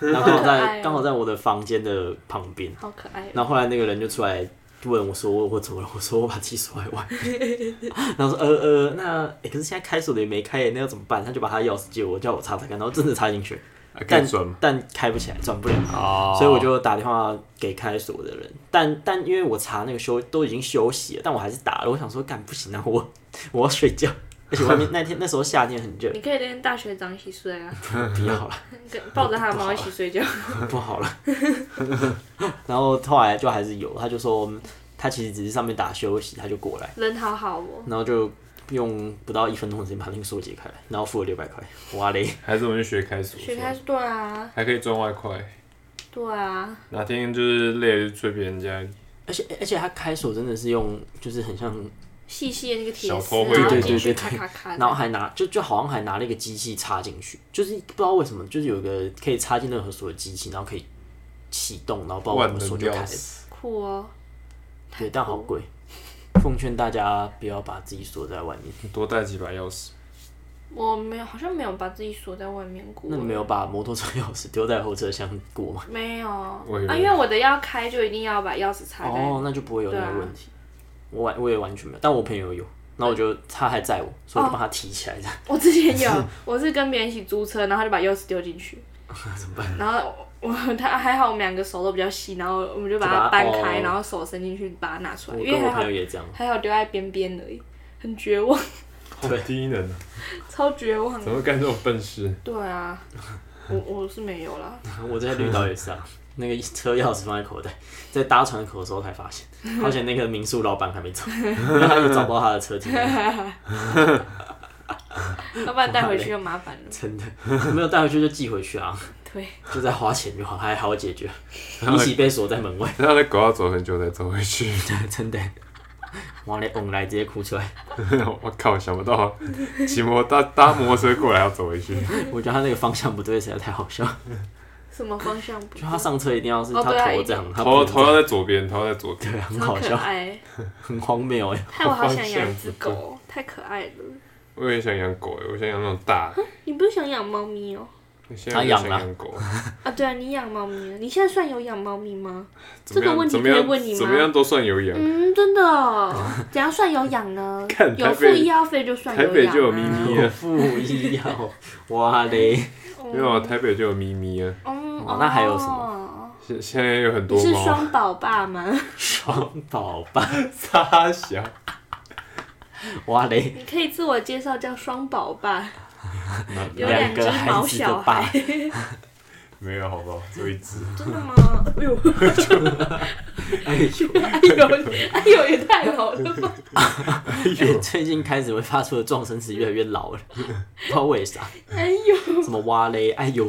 Speaker 3: 这样，然后刚好
Speaker 1: 好可爱
Speaker 3: 在
Speaker 1: 哦
Speaker 3: 刚好在我的房间的旁边。
Speaker 1: 好可爱哦，
Speaker 3: 然后后来那个人就出来问我说我我怎么了？我说我把气锁在 外面。然后说呃呃，那、诶可是现在开锁的也没开耶，那要怎么办？他就把他钥匙借我，叫我插插看，然后真的插 进去，
Speaker 2: 啊可
Speaker 3: 但
Speaker 2: 以转吗？
Speaker 3: 但开不起来，转不了。
Speaker 2: 哦
Speaker 3: 所以我就打电话给开锁的人，但但因为我查那个休都已经休息了，但我还是打了。我想说干不行啊，我 我要睡觉，而且外面那天那时候夏天很 热，
Speaker 2: 嗯
Speaker 1: 你可以跟大学长一起睡啊，
Speaker 3: 不要了。
Speaker 1: 跟抱着他的猫一起睡觉。
Speaker 3: 不好了。 然后后来就还是有，他就说嗯他其实只是上面打休息，他就过来，
Speaker 1: 人好好哦，
Speaker 3: 然后就用不到一分钟的时间把那个锁解开来，然后付了六百块，哇嘞！
Speaker 2: 还是我们去学开锁，
Speaker 1: 学开是对啊，
Speaker 2: 还可以赚外快。
Speaker 1: 对啊，
Speaker 2: 哪天就是累了就睡别人家里，
Speaker 3: 而且而且他开锁真的是用，就是很像，
Speaker 1: 细细的那个铁
Speaker 2: 小
Speaker 1: 丝，
Speaker 2: 偷会
Speaker 1: 然后
Speaker 3: 对
Speaker 1: 进
Speaker 3: 对
Speaker 1: 去
Speaker 3: 对对
Speaker 1: 咔咔咔的，
Speaker 3: 然后还拿就就好像还拿了一个机器插进去，就是不知道为什么，就是有一个可以插进任何锁的机器，然后可以启动，然后不知道为
Speaker 2: 万
Speaker 3: 什么
Speaker 2: 能
Speaker 3: 锁就开
Speaker 2: 钥
Speaker 3: 了。
Speaker 2: 匙。
Speaker 1: 酷哦，
Speaker 3: 对，但好贵。奉劝大家不要把自己锁在外面。
Speaker 2: 多带几把钥匙，
Speaker 1: 我没有，好像没有把自己锁在外面过。
Speaker 3: 那你没有把摩托车钥匙丢在后车厢过吗？
Speaker 1: 没有啊，
Speaker 2: 我以为
Speaker 1: 因为我的要开就一定要把钥匙插在。
Speaker 3: 哦，那就不会有那
Speaker 1: 对
Speaker 3: 个
Speaker 1: 啊
Speaker 3: 问题。我完我也完全没有，但我朋友有，那我就他还在我，所以
Speaker 1: 哦
Speaker 3: 我就帮他提起来，这样、
Speaker 1: 我之前有，我是跟别人一起租车，然后他就把钥匙丢进去，
Speaker 3: 怎么办？
Speaker 1: 然后我他还好，我们两个手都比较细，然后我们就把它
Speaker 3: 就把它
Speaker 1: 搬开，
Speaker 3: 哦
Speaker 1: 然后手伸进去把它拿出来，
Speaker 3: 我
Speaker 1: 因为
Speaker 3: 跟我
Speaker 1: 还
Speaker 3: 朋
Speaker 1: 好
Speaker 3: 友也这样，
Speaker 1: 还好丢在边边而已，很绝望，
Speaker 2: 好低能啊！
Speaker 1: 超绝望。
Speaker 2: 怎么会干这种笨事？
Speaker 1: 对啊，我我是没有啦，
Speaker 3: 我在绿岛 也是啊，那个车钥匙放在口袋，在搭船口的时候才发现，而且那个民宿老板还没走，因为他也找不到他的车停在哪，
Speaker 1: 要不然带回去就麻烦了。
Speaker 3: 真的没有带回去就寄回去啊，
Speaker 1: 对，
Speaker 3: 就再花钱就好，还好解决，比起被锁在 门外，
Speaker 2: 他的狗要走很久才走回去，
Speaker 3: 真的，往来往来直接哭出来。
Speaker 2: 我靠，想不到骑摩搭搭摩托车过来要走 回去，
Speaker 3: 我觉得他那个方向不对，实在太好笑。
Speaker 1: 什么方向不
Speaker 3: 就？他上车一定要是
Speaker 1: 哦
Speaker 3: 他
Speaker 1: 对啊
Speaker 3: 头这样，他
Speaker 2: 头
Speaker 3: 不能
Speaker 2: 头要在左边，头要在左边，
Speaker 3: 对，很
Speaker 1: 超
Speaker 3: 好
Speaker 1: 可
Speaker 3: 笑，
Speaker 1: 爱，
Speaker 3: 很荒 谬哎。
Speaker 1: 害我好想养一
Speaker 2: 方向
Speaker 1: 只
Speaker 2: 不对
Speaker 1: 狗哦，太可爱了。
Speaker 2: 我也想养狗，我想养那种大的。
Speaker 1: 你不是想养猫咪哦？
Speaker 2: 我现在就想养狗，
Speaker 1: 啊，对啊，你养猫咪了，你现在算有养猫咪吗？
Speaker 2: 怎么
Speaker 1: 这个问
Speaker 2: 样？
Speaker 1: 题
Speaker 2: 怎么样
Speaker 1: 可以问你吗
Speaker 2: 怎么样都算有养。
Speaker 1: 嗯，真的哦，怎样算有养呢
Speaker 2: 看？
Speaker 1: 有付
Speaker 2: 台北
Speaker 1: 医药费就算有
Speaker 2: 台
Speaker 1: 养、啊。
Speaker 2: 北就有咪咪
Speaker 3: 有副医药，哇嘞！
Speaker 2: 没有啊，台北就有咪咪啊，
Speaker 1: 嗯
Speaker 3: 哦那还有什么？
Speaker 2: 现现在有很
Speaker 1: 你
Speaker 2: 多
Speaker 1: 是
Speaker 2: 猫。
Speaker 1: 双宝爸吗？
Speaker 3: 双宝爸，
Speaker 2: 傻小，
Speaker 3: 哇嘞！
Speaker 1: 你可以自我介绍叫双宝爸， 有
Speaker 3: 两
Speaker 1: 只
Speaker 3: 个
Speaker 1: 毛
Speaker 3: 孩子
Speaker 1: 小
Speaker 3: 的爸
Speaker 1: 孩，，
Speaker 2: 没有好不好？只有一 只。
Speaker 1: 真的吗？ 哎呦，
Speaker 3: 哎呦
Speaker 1: 哎呦，哎呦，也太老了 吧！
Speaker 3: 哎最近开始会发出的撞声词越来越老了，不知道为啥，
Speaker 1: 哎呦，
Speaker 3: 什么哇嘞，哎呦，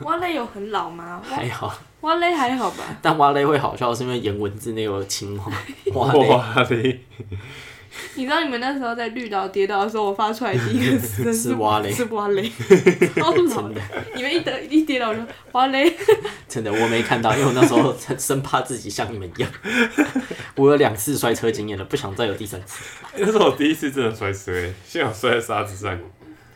Speaker 1: 哇，那有很老吗？哇
Speaker 3: 还好，
Speaker 1: 蛙类还好吧？
Speaker 3: 但蛙类会好笑，是因为颜文字那个青蛙蛙类，
Speaker 2: 哇嘞，
Speaker 1: 你知道你们那时候在绿岛跌倒的时候，我发出来第一个词真
Speaker 3: 是蛙雷
Speaker 1: 是蛙 雷，超老的。你们一得 一跌倒我就蛙雷，
Speaker 3: 真的我没看到，因为我那时候生怕自己像你们一样。我有两次摔车经验了，不想再有第三次。
Speaker 2: 那是我第一次真的摔车、欸，幸好摔在沙子上，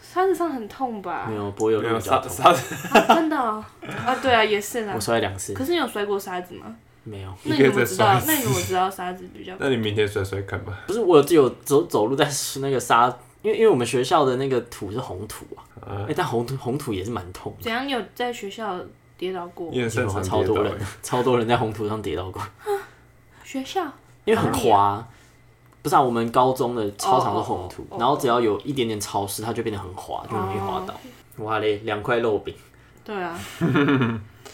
Speaker 1: 沙子上很痛吧
Speaker 3: 没？有，柏油
Speaker 2: 没
Speaker 3: 路
Speaker 2: 有
Speaker 3: 比较
Speaker 2: 沙
Speaker 3: 痛。
Speaker 2: 沙 子
Speaker 1: 啊真的哦啊，对啊，也是啦
Speaker 3: 我。摔了两次，
Speaker 1: 可是你有摔过沙子吗？
Speaker 3: 没有。
Speaker 1: 那你怎
Speaker 2: 你可
Speaker 1: 么
Speaker 2: 以再
Speaker 1: 知道
Speaker 2: 摔一？次
Speaker 1: 那你怎么知道沙子比 较？
Speaker 2: 那你明天摔摔看吧。
Speaker 3: 不是我只有走走路在那个沙，因为因为我们学校的那个土是红土啊，哎、
Speaker 2: 啊，
Speaker 3: 但红土红土也是蛮痛的。
Speaker 1: 怎样？你有在学校跌倒过
Speaker 2: 你？很擅长
Speaker 3: 超
Speaker 2: 跌倒、
Speaker 3: 多 人
Speaker 2: 欸，，
Speaker 3: 超多人在红土上跌倒过，
Speaker 1: 学校？
Speaker 3: 因为很滑啊、不是啊，我们高中的操场是
Speaker 1: 哦
Speaker 3: 红土
Speaker 1: 哦哦
Speaker 3: 然后只要有一点点潮湿，它就变得很滑，就很容易滑倒。
Speaker 1: 哦
Speaker 3: 哇嘞，两块肉饼，
Speaker 1: 对 啊。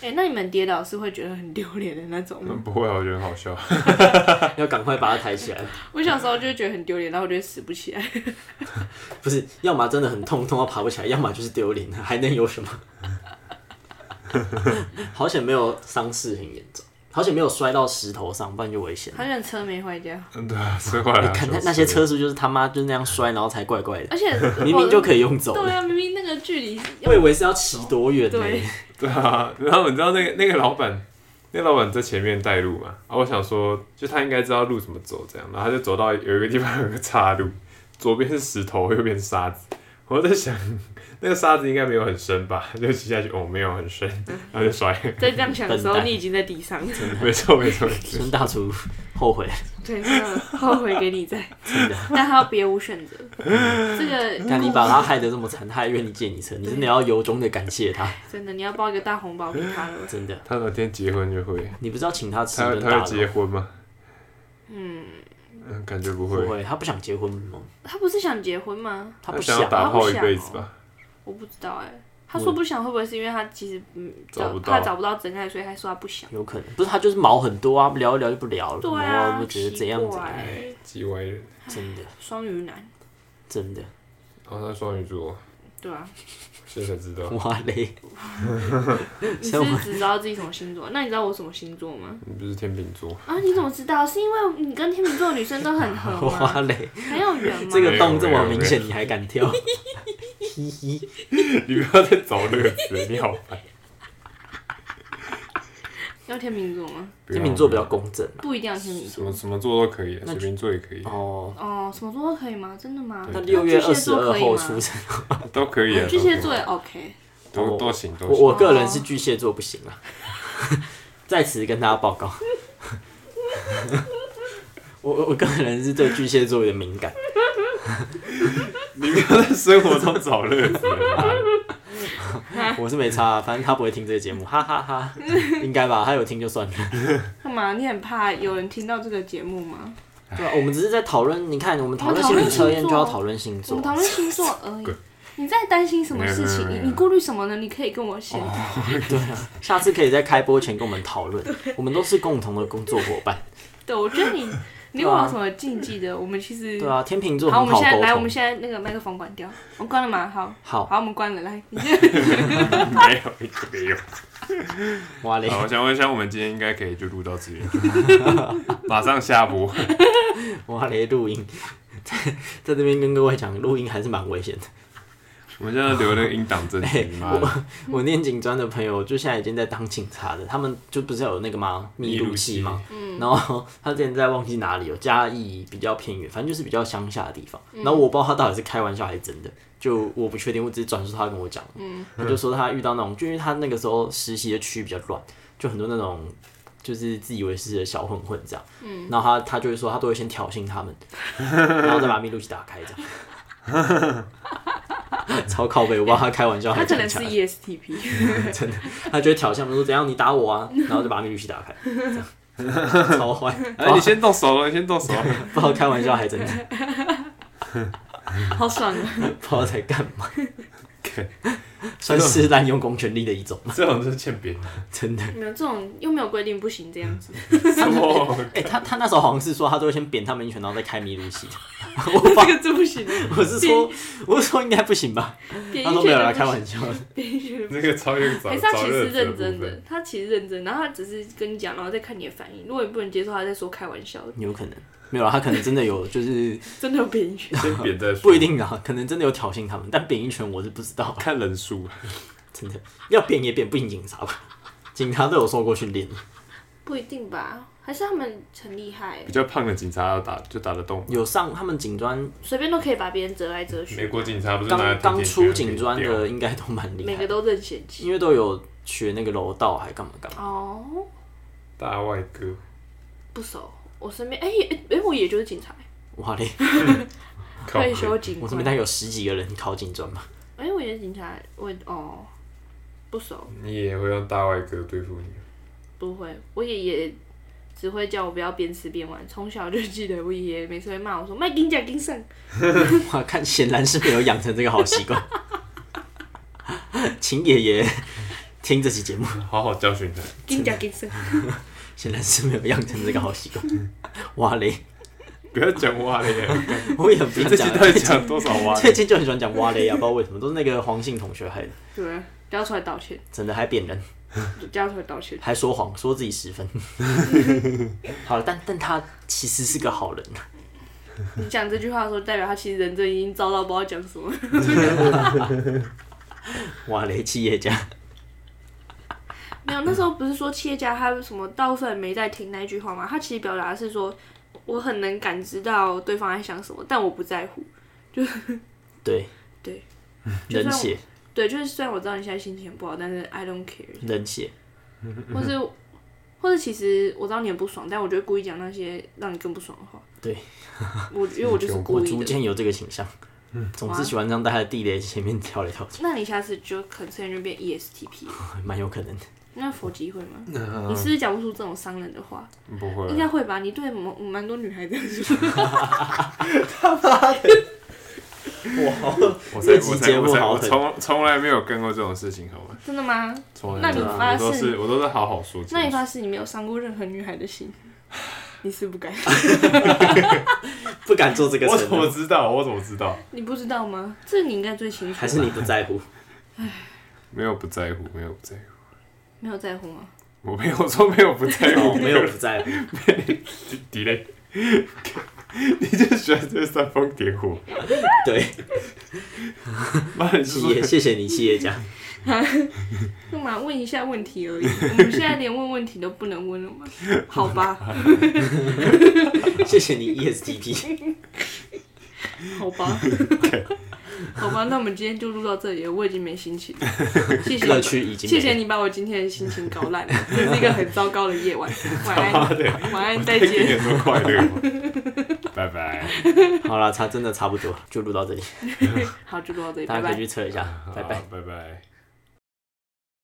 Speaker 1: 哎、那你们跌倒是会觉得很丢脸的那种吗？
Speaker 2: 嗯不会啊，我觉得很好 笑。
Speaker 3: 要赶快把它抬起来。
Speaker 1: 我小时候就会觉得很丢脸，然后我就会死不 起来。
Speaker 3: 不是，要么真的很痛，痛到爬不起来；要么就是丢脸，还能有什么？ 好险没有伤势很严重，好险没有摔到石头上，不然就危险。
Speaker 1: 好想车没坏掉，
Speaker 2: 嗯，对啊，摔坏了啊。
Speaker 3: 看那
Speaker 2: 笑死
Speaker 3: 那些
Speaker 2: 了
Speaker 3: 车速就是他妈就那样摔，然后才怪怪的，
Speaker 1: 而 且
Speaker 3: 明明就
Speaker 1: 以。
Speaker 3: 可以用走
Speaker 1: 哎对
Speaker 3: 的。
Speaker 1: 啊，明明那个距离
Speaker 3: 我以为是要骑多远呢、
Speaker 1: 对
Speaker 2: 对啊，然后你知道那个那个老板，那老板在前面带路嘛，啊，我想说，就他应该知道路怎么走这样，然后他就走到有一个地方有个岔路，左边是石头，右边是沙子，我在想那个沙子应该没有很深吧，就骑下去，哦，没有很深，然后就摔，
Speaker 1: 在这样想的时候，
Speaker 3: 笨蛋
Speaker 1: 你已经在地上，
Speaker 2: 没错没错，没错
Speaker 3: 孙大厨后悔，
Speaker 1: 对，算了后悔给你在，
Speaker 3: 真的。
Speaker 1: 但他别无选 择。这个
Speaker 2: 嗯
Speaker 3: 看你把他害得这么惨，他还愿意借你车，你真的要由衷的感谢他，
Speaker 1: 真的，你要包一个大红包给他了。
Speaker 3: 真的。
Speaker 2: 他哪天结婚就会，
Speaker 3: 你不是要请他吃一
Speaker 2: 他
Speaker 3: 顿
Speaker 2: 他
Speaker 3: 大
Speaker 2: 会结
Speaker 3: 的？
Speaker 2: 婚吗？
Speaker 1: 嗯，
Speaker 2: 嗯，感觉不
Speaker 3: 不
Speaker 2: 会，
Speaker 3: 会，他不想结婚吗？
Speaker 1: 他不是想结婚吗？
Speaker 3: 他不
Speaker 2: 想要打
Speaker 1: 他不
Speaker 2: 炮一
Speaker 1: 想
Speaker 2: 辈
Speaker 1: 哦
Speaker 2: 子吧，
Speaker 1: 我不知道哎、他说不想，会不会是因为他其实嗯
Speaker 2: 找不到
Speaker 1: 他找不到真爱，所以他说他不想？
Speaker 3: 有可能不是他就是毛很多啊，聊一聊就不聊了，
Speaker 1: 对
Speaker 3: 我
Speaker 1: 啊，
Speaker 3: 不觉得怎样
Speaker 1: 奇
Speaker 3: 怎
Speaker 1: 怪
Speaker 3: 样，
Speaker 2: 几哎歪人，
Speaker 3: 真的
Speaker 1: 双鱼男，
Speaker 3: 真的，
Speaker 2: 然后他双鱼座，
Speaker 1: 对 啊，
Speaker 2: 现在才知道，
Speaker 3: 哇嘞，
Speaker 1: 你是
Speaker 3: 所以我
Speaker 1: 不是只知道自己什么星座？那你知道我什么星座吗？
Speaker 2: 你不是天秤座，
Speaker 1: 啊，你怎么知道？是因为你跟天秤座的女生都很合吗？
Speaker 3: 哇嘞，
Speaker 1: 很有缘吗？
Speaker 3: 这个洞这么明
Speaker 2: 没有没有
Speaker 3: 显，你还敢跳？ 嘻嘻，
Speaker 2: 你不要再找乐子了，你好烦。
Speaker 1: 要天秤座吗？
Speaker 3: 天秤座比较公正啊。
Speaker 1: 不一定要天秤
Speaker 2: 什
Speaker 1: 座。
Speaker 2: 么什么座都可以，啊
Speaker 3: 那
Speaker 2: 水瓶座也可以，
Speaker 3: 哦，
Speaker 1: 哦，什么座都可以吗？真的吗？
Speaker 3: 那六月
Speaker 1: 巨
Speaker 3: 二
Speaker 1: 蟹
Speaker 3: 十
Speaker 1: 座
Speaker 3: 二
Speaker 1: 可以吗哦
Speaker 3: 后出生，
Speaker 2: 都可以啊。
Speaker 1: 巨蟹座
Speaker 2: 都
Speaker 1: 也 OK。
Speaker 2: 可以都
Speaker 3: 我
Speaker 2: 都行，都
Speaker 3: 哦我
Speaker 2: 行。
Speaker 3: 我个人是巨蟹座不行 啊，在此跟大家报告， 我我我个人是对巨蟹座有点敏感，
Speaker 2: 你不要在生活中找乐子了妈的，
Speaker 3: 我是没差、啊，反正他不会听这个节目，哈哈哈应该吧？他有听就算了。
Speaker 1: 干嘛？你很怕有人听到这个节目吗？
Speaker 3: 对啊，我们只是在讨论，你看我们讨
Speaker 1: 我们
Speaker 3: 论
Speaker 1: 讨
Speaker 3: 心
Speaker 1: 论
Speaker 3: 理测验
Speaker 1: 星
Speaker 3: 就
Speaker 1: 座
Speaker 3: 要讨论星
Speaker 1: 我
Speaker 3: 座
Speaker 1: 们，讨论星座而已
Speaker 2: 对。
Speaker 1: 你在担心什么事情？
Speaker 2: 没有没有没有哦
Speaker 1: 你你顾虑什么呢？你可以跟我先。
Speaker 3: 对啊，下次可以在开播前跟我们讨论，我们都是共同的工作伙伴，
Speaker 1: 对，我觉得 你你如
Speaker 3: 对啊
Speaker 1: 果有什么禁忌的，我们其实
Speaker 3: 对啊，天秤座
Speaker 1: 嗯好，我
Speaker 3: 很
Speaker 1: 们现在
Speaker 3: 沟
Speaker 1: 来，我们
Speaker 3: 通，
Speaker 1: 现在那个麦克风关掉，我们关了吗？好，
Speaker 3: 好，
Speaker 1: 好，我们关了。来，你
Speaker 2: 没有一个没有。
Speaker 3: 哇嘞，
Speaker 2: 好，我想问一下，我们今天应该可以就录到这 里了，马上下播。
Speaker 3: 哇嘞，录音， 在在这边跟各位讲，录音还是蛮危险的。
Speaker 2: 我们现在留那个音档证据，妈的，
Speaker 3: 哎 我念警专的朋友，就现在已经在当警察的，他们就不是有那个吗？密录器吗？
Speaker 1: 嗯
Speaker 3: 然后他之前在忘记哪里有嘉义比较偏远，反正就是比较乡下的地方。
Speaker 1: 嗯
Speaker 3: 然后我不知道他到底是开玩笑还是真的，就我不确定，我只是转述他跟我讲。
Speaker 1: 嗯
Speaker 3: 他就说他遇到那种，就因为他那个时候实习的区比较乱，就很多那种。就是自以为是的小混混这样，
Speaker 1: 嗯
Speaker 3: 然后他他就会说，他都会先挑衅他们， 然后再把密录器打开这样， 超靠背，我不知道他开玩笑
Speaker 1: 他
Speaker 3: 还是
Speaker 1: 可
Speaker 3: 真的
Speaker 1: 能
Speaker 3: 假
Speaker 1: 是 E
Speaker 3: 的。
Speaker 1: ESTP，
Speaker 3: 他就会挑衅我们说：“怎样你打我啊？”然后就把密录器打开，这样超坏，
Speaker 2: 哎，你先动手了，你先动手了。
Speaker 3: 不知道开玩笑还真的，
Speaker 1: 好爽啊！
Speaker 3: 不知道在干嘛。
Speaker 2: 看
Speaker 3: 算是滥用公权力的一种，
Speaker 2: 这种就是欠扁，
Speaker 3: 真的。
Speaker 1: 你们这种又没有规定不行这样子，
Speaker 2: 什么？
Speaker 3: 哎、他他那时候好像是说，他都会先扁他们一拳，然后再开迷路戏。
Speaker 1: 这个这不行，
Speaker 3: 我是说，我是说应该不行吧？
Speaker 1: 编
Speaker 3: 他
Speaker 1: 一
Speaker 3: 说没有啦，
Speaker 1: 学
Speaker 3: 开
Speaker 1: 的
Speaker 3: 玩笑。
Speaker 1: 编一学
Speaker 2: 那个超越早
Speaker 1: 还是他
Speaker 2: 早
Speaker 1: 哎其实
Speaker 2: 热子
Speaker 1: 认
Speaker 2: 部
Speaker 1: 真的
Speaker 2: 分，，
Speaker 1: 他其实认真，然后他只是跟你讲，然后再看你的反应。如果你不能接受，他再说开玩笑的，
Speaker 3: 有可能没有啦，他可能真的有，就是
Speaker 1: 真的有编学。
Speaker 2: 先扁再说，
Speaker 3: 不一定啦，可能真的有挑衅他们，但扁一拳我是不知道，
Speaker 2: 看人数。
Speaker 3: 真的要扁也扁不赢警察吧？警察都有受过训练，
Speaker 1: 不一定吧？还是他们很厉害
Speaker 2: 比，较胖的警察要打就打得动。
Speaker 3: 有上他们警专，
Speaker 1: 随便都可以把别人折来折
Speaker 2: 美
Speaker 1: 去，
Speaker 2: 国警察不是拿
Speaker 3: 刚刚出警专
Speaker 2: 铁
Speaker 3: 的
Speaker 2: 拳
Speaker 3: 应该都蛮厉
Speaker 1: 每
Speaker 3: 害
Speaker 1: 个，都任贤齐。
Speaker 3: 因为都有学那个柔道还干嘛干嘛。
Speaker 1: 哦，
Speaker 2: 大外哥，
Speaker 1: 不熟。我身边哎哎哎，我也就是警察，
Speaker 3: 哇 嘞，
Speaker 2: 靠
Speaker 1: 退休警
Speaker 3: 我
Speaker 1: 官
Speaker 3: 身边。大概有十几个人考警专嘛，
Speaker 1: 哎、我也是警察，我哦不熟，
Speaker 2: 你也会用大外哥对付你？
Speaker 1: 不会。我爷爷只会叫我不要边吃边玩，从小就记得我爷爷每次会骂我说“卖金甲金上
Speaker 3: 哇，看显然是没有养成这个好习惯。 秦爷爷听这期节目，
Speaker 2: 好好教训他。
Speaker 1: 金甲金上
Speaker 3: 显然是没有养成这个好习惯。哇嘞，
Speaker 2: 不要讲哇嘞，
Speaker 3: 我也不
Speaker 2: 你
Speaker 3: 想
Speaker 2: 这
Speaker 3: 讲
Speaker 2: 期
Speaker 3: 了
Speaker 2: 到底讲多少哇嘞？
Speaker 3: 最近就很喜欢讲哇嘞啊，不知道为什么，都是那个黄姓同学害的，”，
Speaker 1: 对不对？不要出来道歉，
Speaker 3: 真的还扁人，
Speaker 1: 不要出来道歉。
Speaker 3: 还说谎，说自己十分。 好了，但但他其实是个好人，啊
Speaker 1: 你讲这句话的时候，代表他其实人真已经遭到不知道讲什么。
Speaker 3: 哇嘞，企业家，
Speaker 1: 没有，那时候不是说企业家他什么大部分人没在听那句话吗？他其实表达的是说，我很能感知到对方在想什么，但我不在乎。
Speaker 3: 对
Speaker 1: 对，就
Speaker 3: 冷
Speaker 1: 算我
Speaker 3: 血
Speaker 1: 对，就是虽然我知道你现在心情很不好，但是 I don't care，
Speaker 3: 冷血，
Speaker 1: 或是或是其实我知道你很不爽，但我就会故意讲那些让你更不爽的话。
Speaker 3: 对，
Speaker 1: 我因为我就是
Speaker 3: 我
Speaker 1: 故意
Speaker 3: 逐
Speaker 1: 的。
Speaker 3: 渐有这个倾向，总是喜欢让大家的地雷前面跳来跳去，
Speaker 1: 那你下次就可能就变 ESTP 了。
Speaker 3: 蛮有可能的。
Speaker 1: 那佛吉会吗？你是不是讲不出这种伤人的话？
Speaker 2: 不会
Speaker 1: 应
Speaker 2: 啊，
Speaker 1: 该会吧？你对蛮蛮多女孩子说，
Speaker 2: 我才
Speaker 3: 这期
Speaker 2: 我
Speaker 3: 节
Speaker 2: 才
Speaker 3: 目
Speaker 2: 我才
Speaker 3: 好
Speaker 2: 我
Speaker 3: 狠
Speaker 2: 从从来没有干过这种事情，好吗？
Speaker 1: 真的吗？
Speaker 2: 从来没有，
Speaker 1: 那你发
Speaker 2: 我
Speaker 1: 誓
Speaker 2: 都是我都是好好说。
Speaker 1: 那你发誓你没有伤过任何女孩的心？你是不敢，
Speaker 3: 不敢做这个
Speaker 2: 我
Speaker 3: 承
Speaker 2: 怎么
Speaker 3: 诺，
Speaker 2: 知道？我怎么知道？
Speaker 1: 你不知道吗？这你应该最清楚吧。
Speaker 3: 还是你不在乎？
Speaker 2: 没有不在乎，没有不在乎，
Speaker 1: 没有在乎吗？
Speaker 2: 我没有说没有不在
Speaker 3: 哦
Speaker 2: 乎，
Speaker 3: 没有不在乎，
Speaker 2: delay。你就喜欢这煽风点火，
Speaker 3: 对，
Speaker 2: 妈的，你是
Speaker 3: 企
Speaker 2: 说
Speaker 3: 业，谢谢你，企业家。
Speaker 1: 干嘛问一下问题而已？我们现在连问问题都不能问了吗？好吧，
Speaker 3: 谢谢你 E ESTP，
Speaker 1: 好 吧，好吧，那我们今天就录到这里了，我已经没心情了。谢谢
Speaker 3: 乐
Speaker 1: 你，
Speaker 3: 趣已经
Speaker 1: 谢谢
Speaker 3: 你，
Speaker 1: 你把我今天的心情搞烂了，这是一个很糟糕的夜晚。晚
Speaker 2: 妈
Speaker 1: 安，
Speaker 2: 的，
Speaker 1: 晚 安，再
Speaker 2: 带给你
Speaker 1: 见。
Speaker 2: 很多快乐。拜拜。
Speaker 3: 好了，差真的差不多，就录到这里，
Speaker 1: 好，就录到这里，
Speaker 3: 大
Speaker 1: 拜
Speaker 3: 家可
Speaker 1: 拜
Speaker 3: 以。去测一下，拜拜
Speaker 2: 好。拜拜。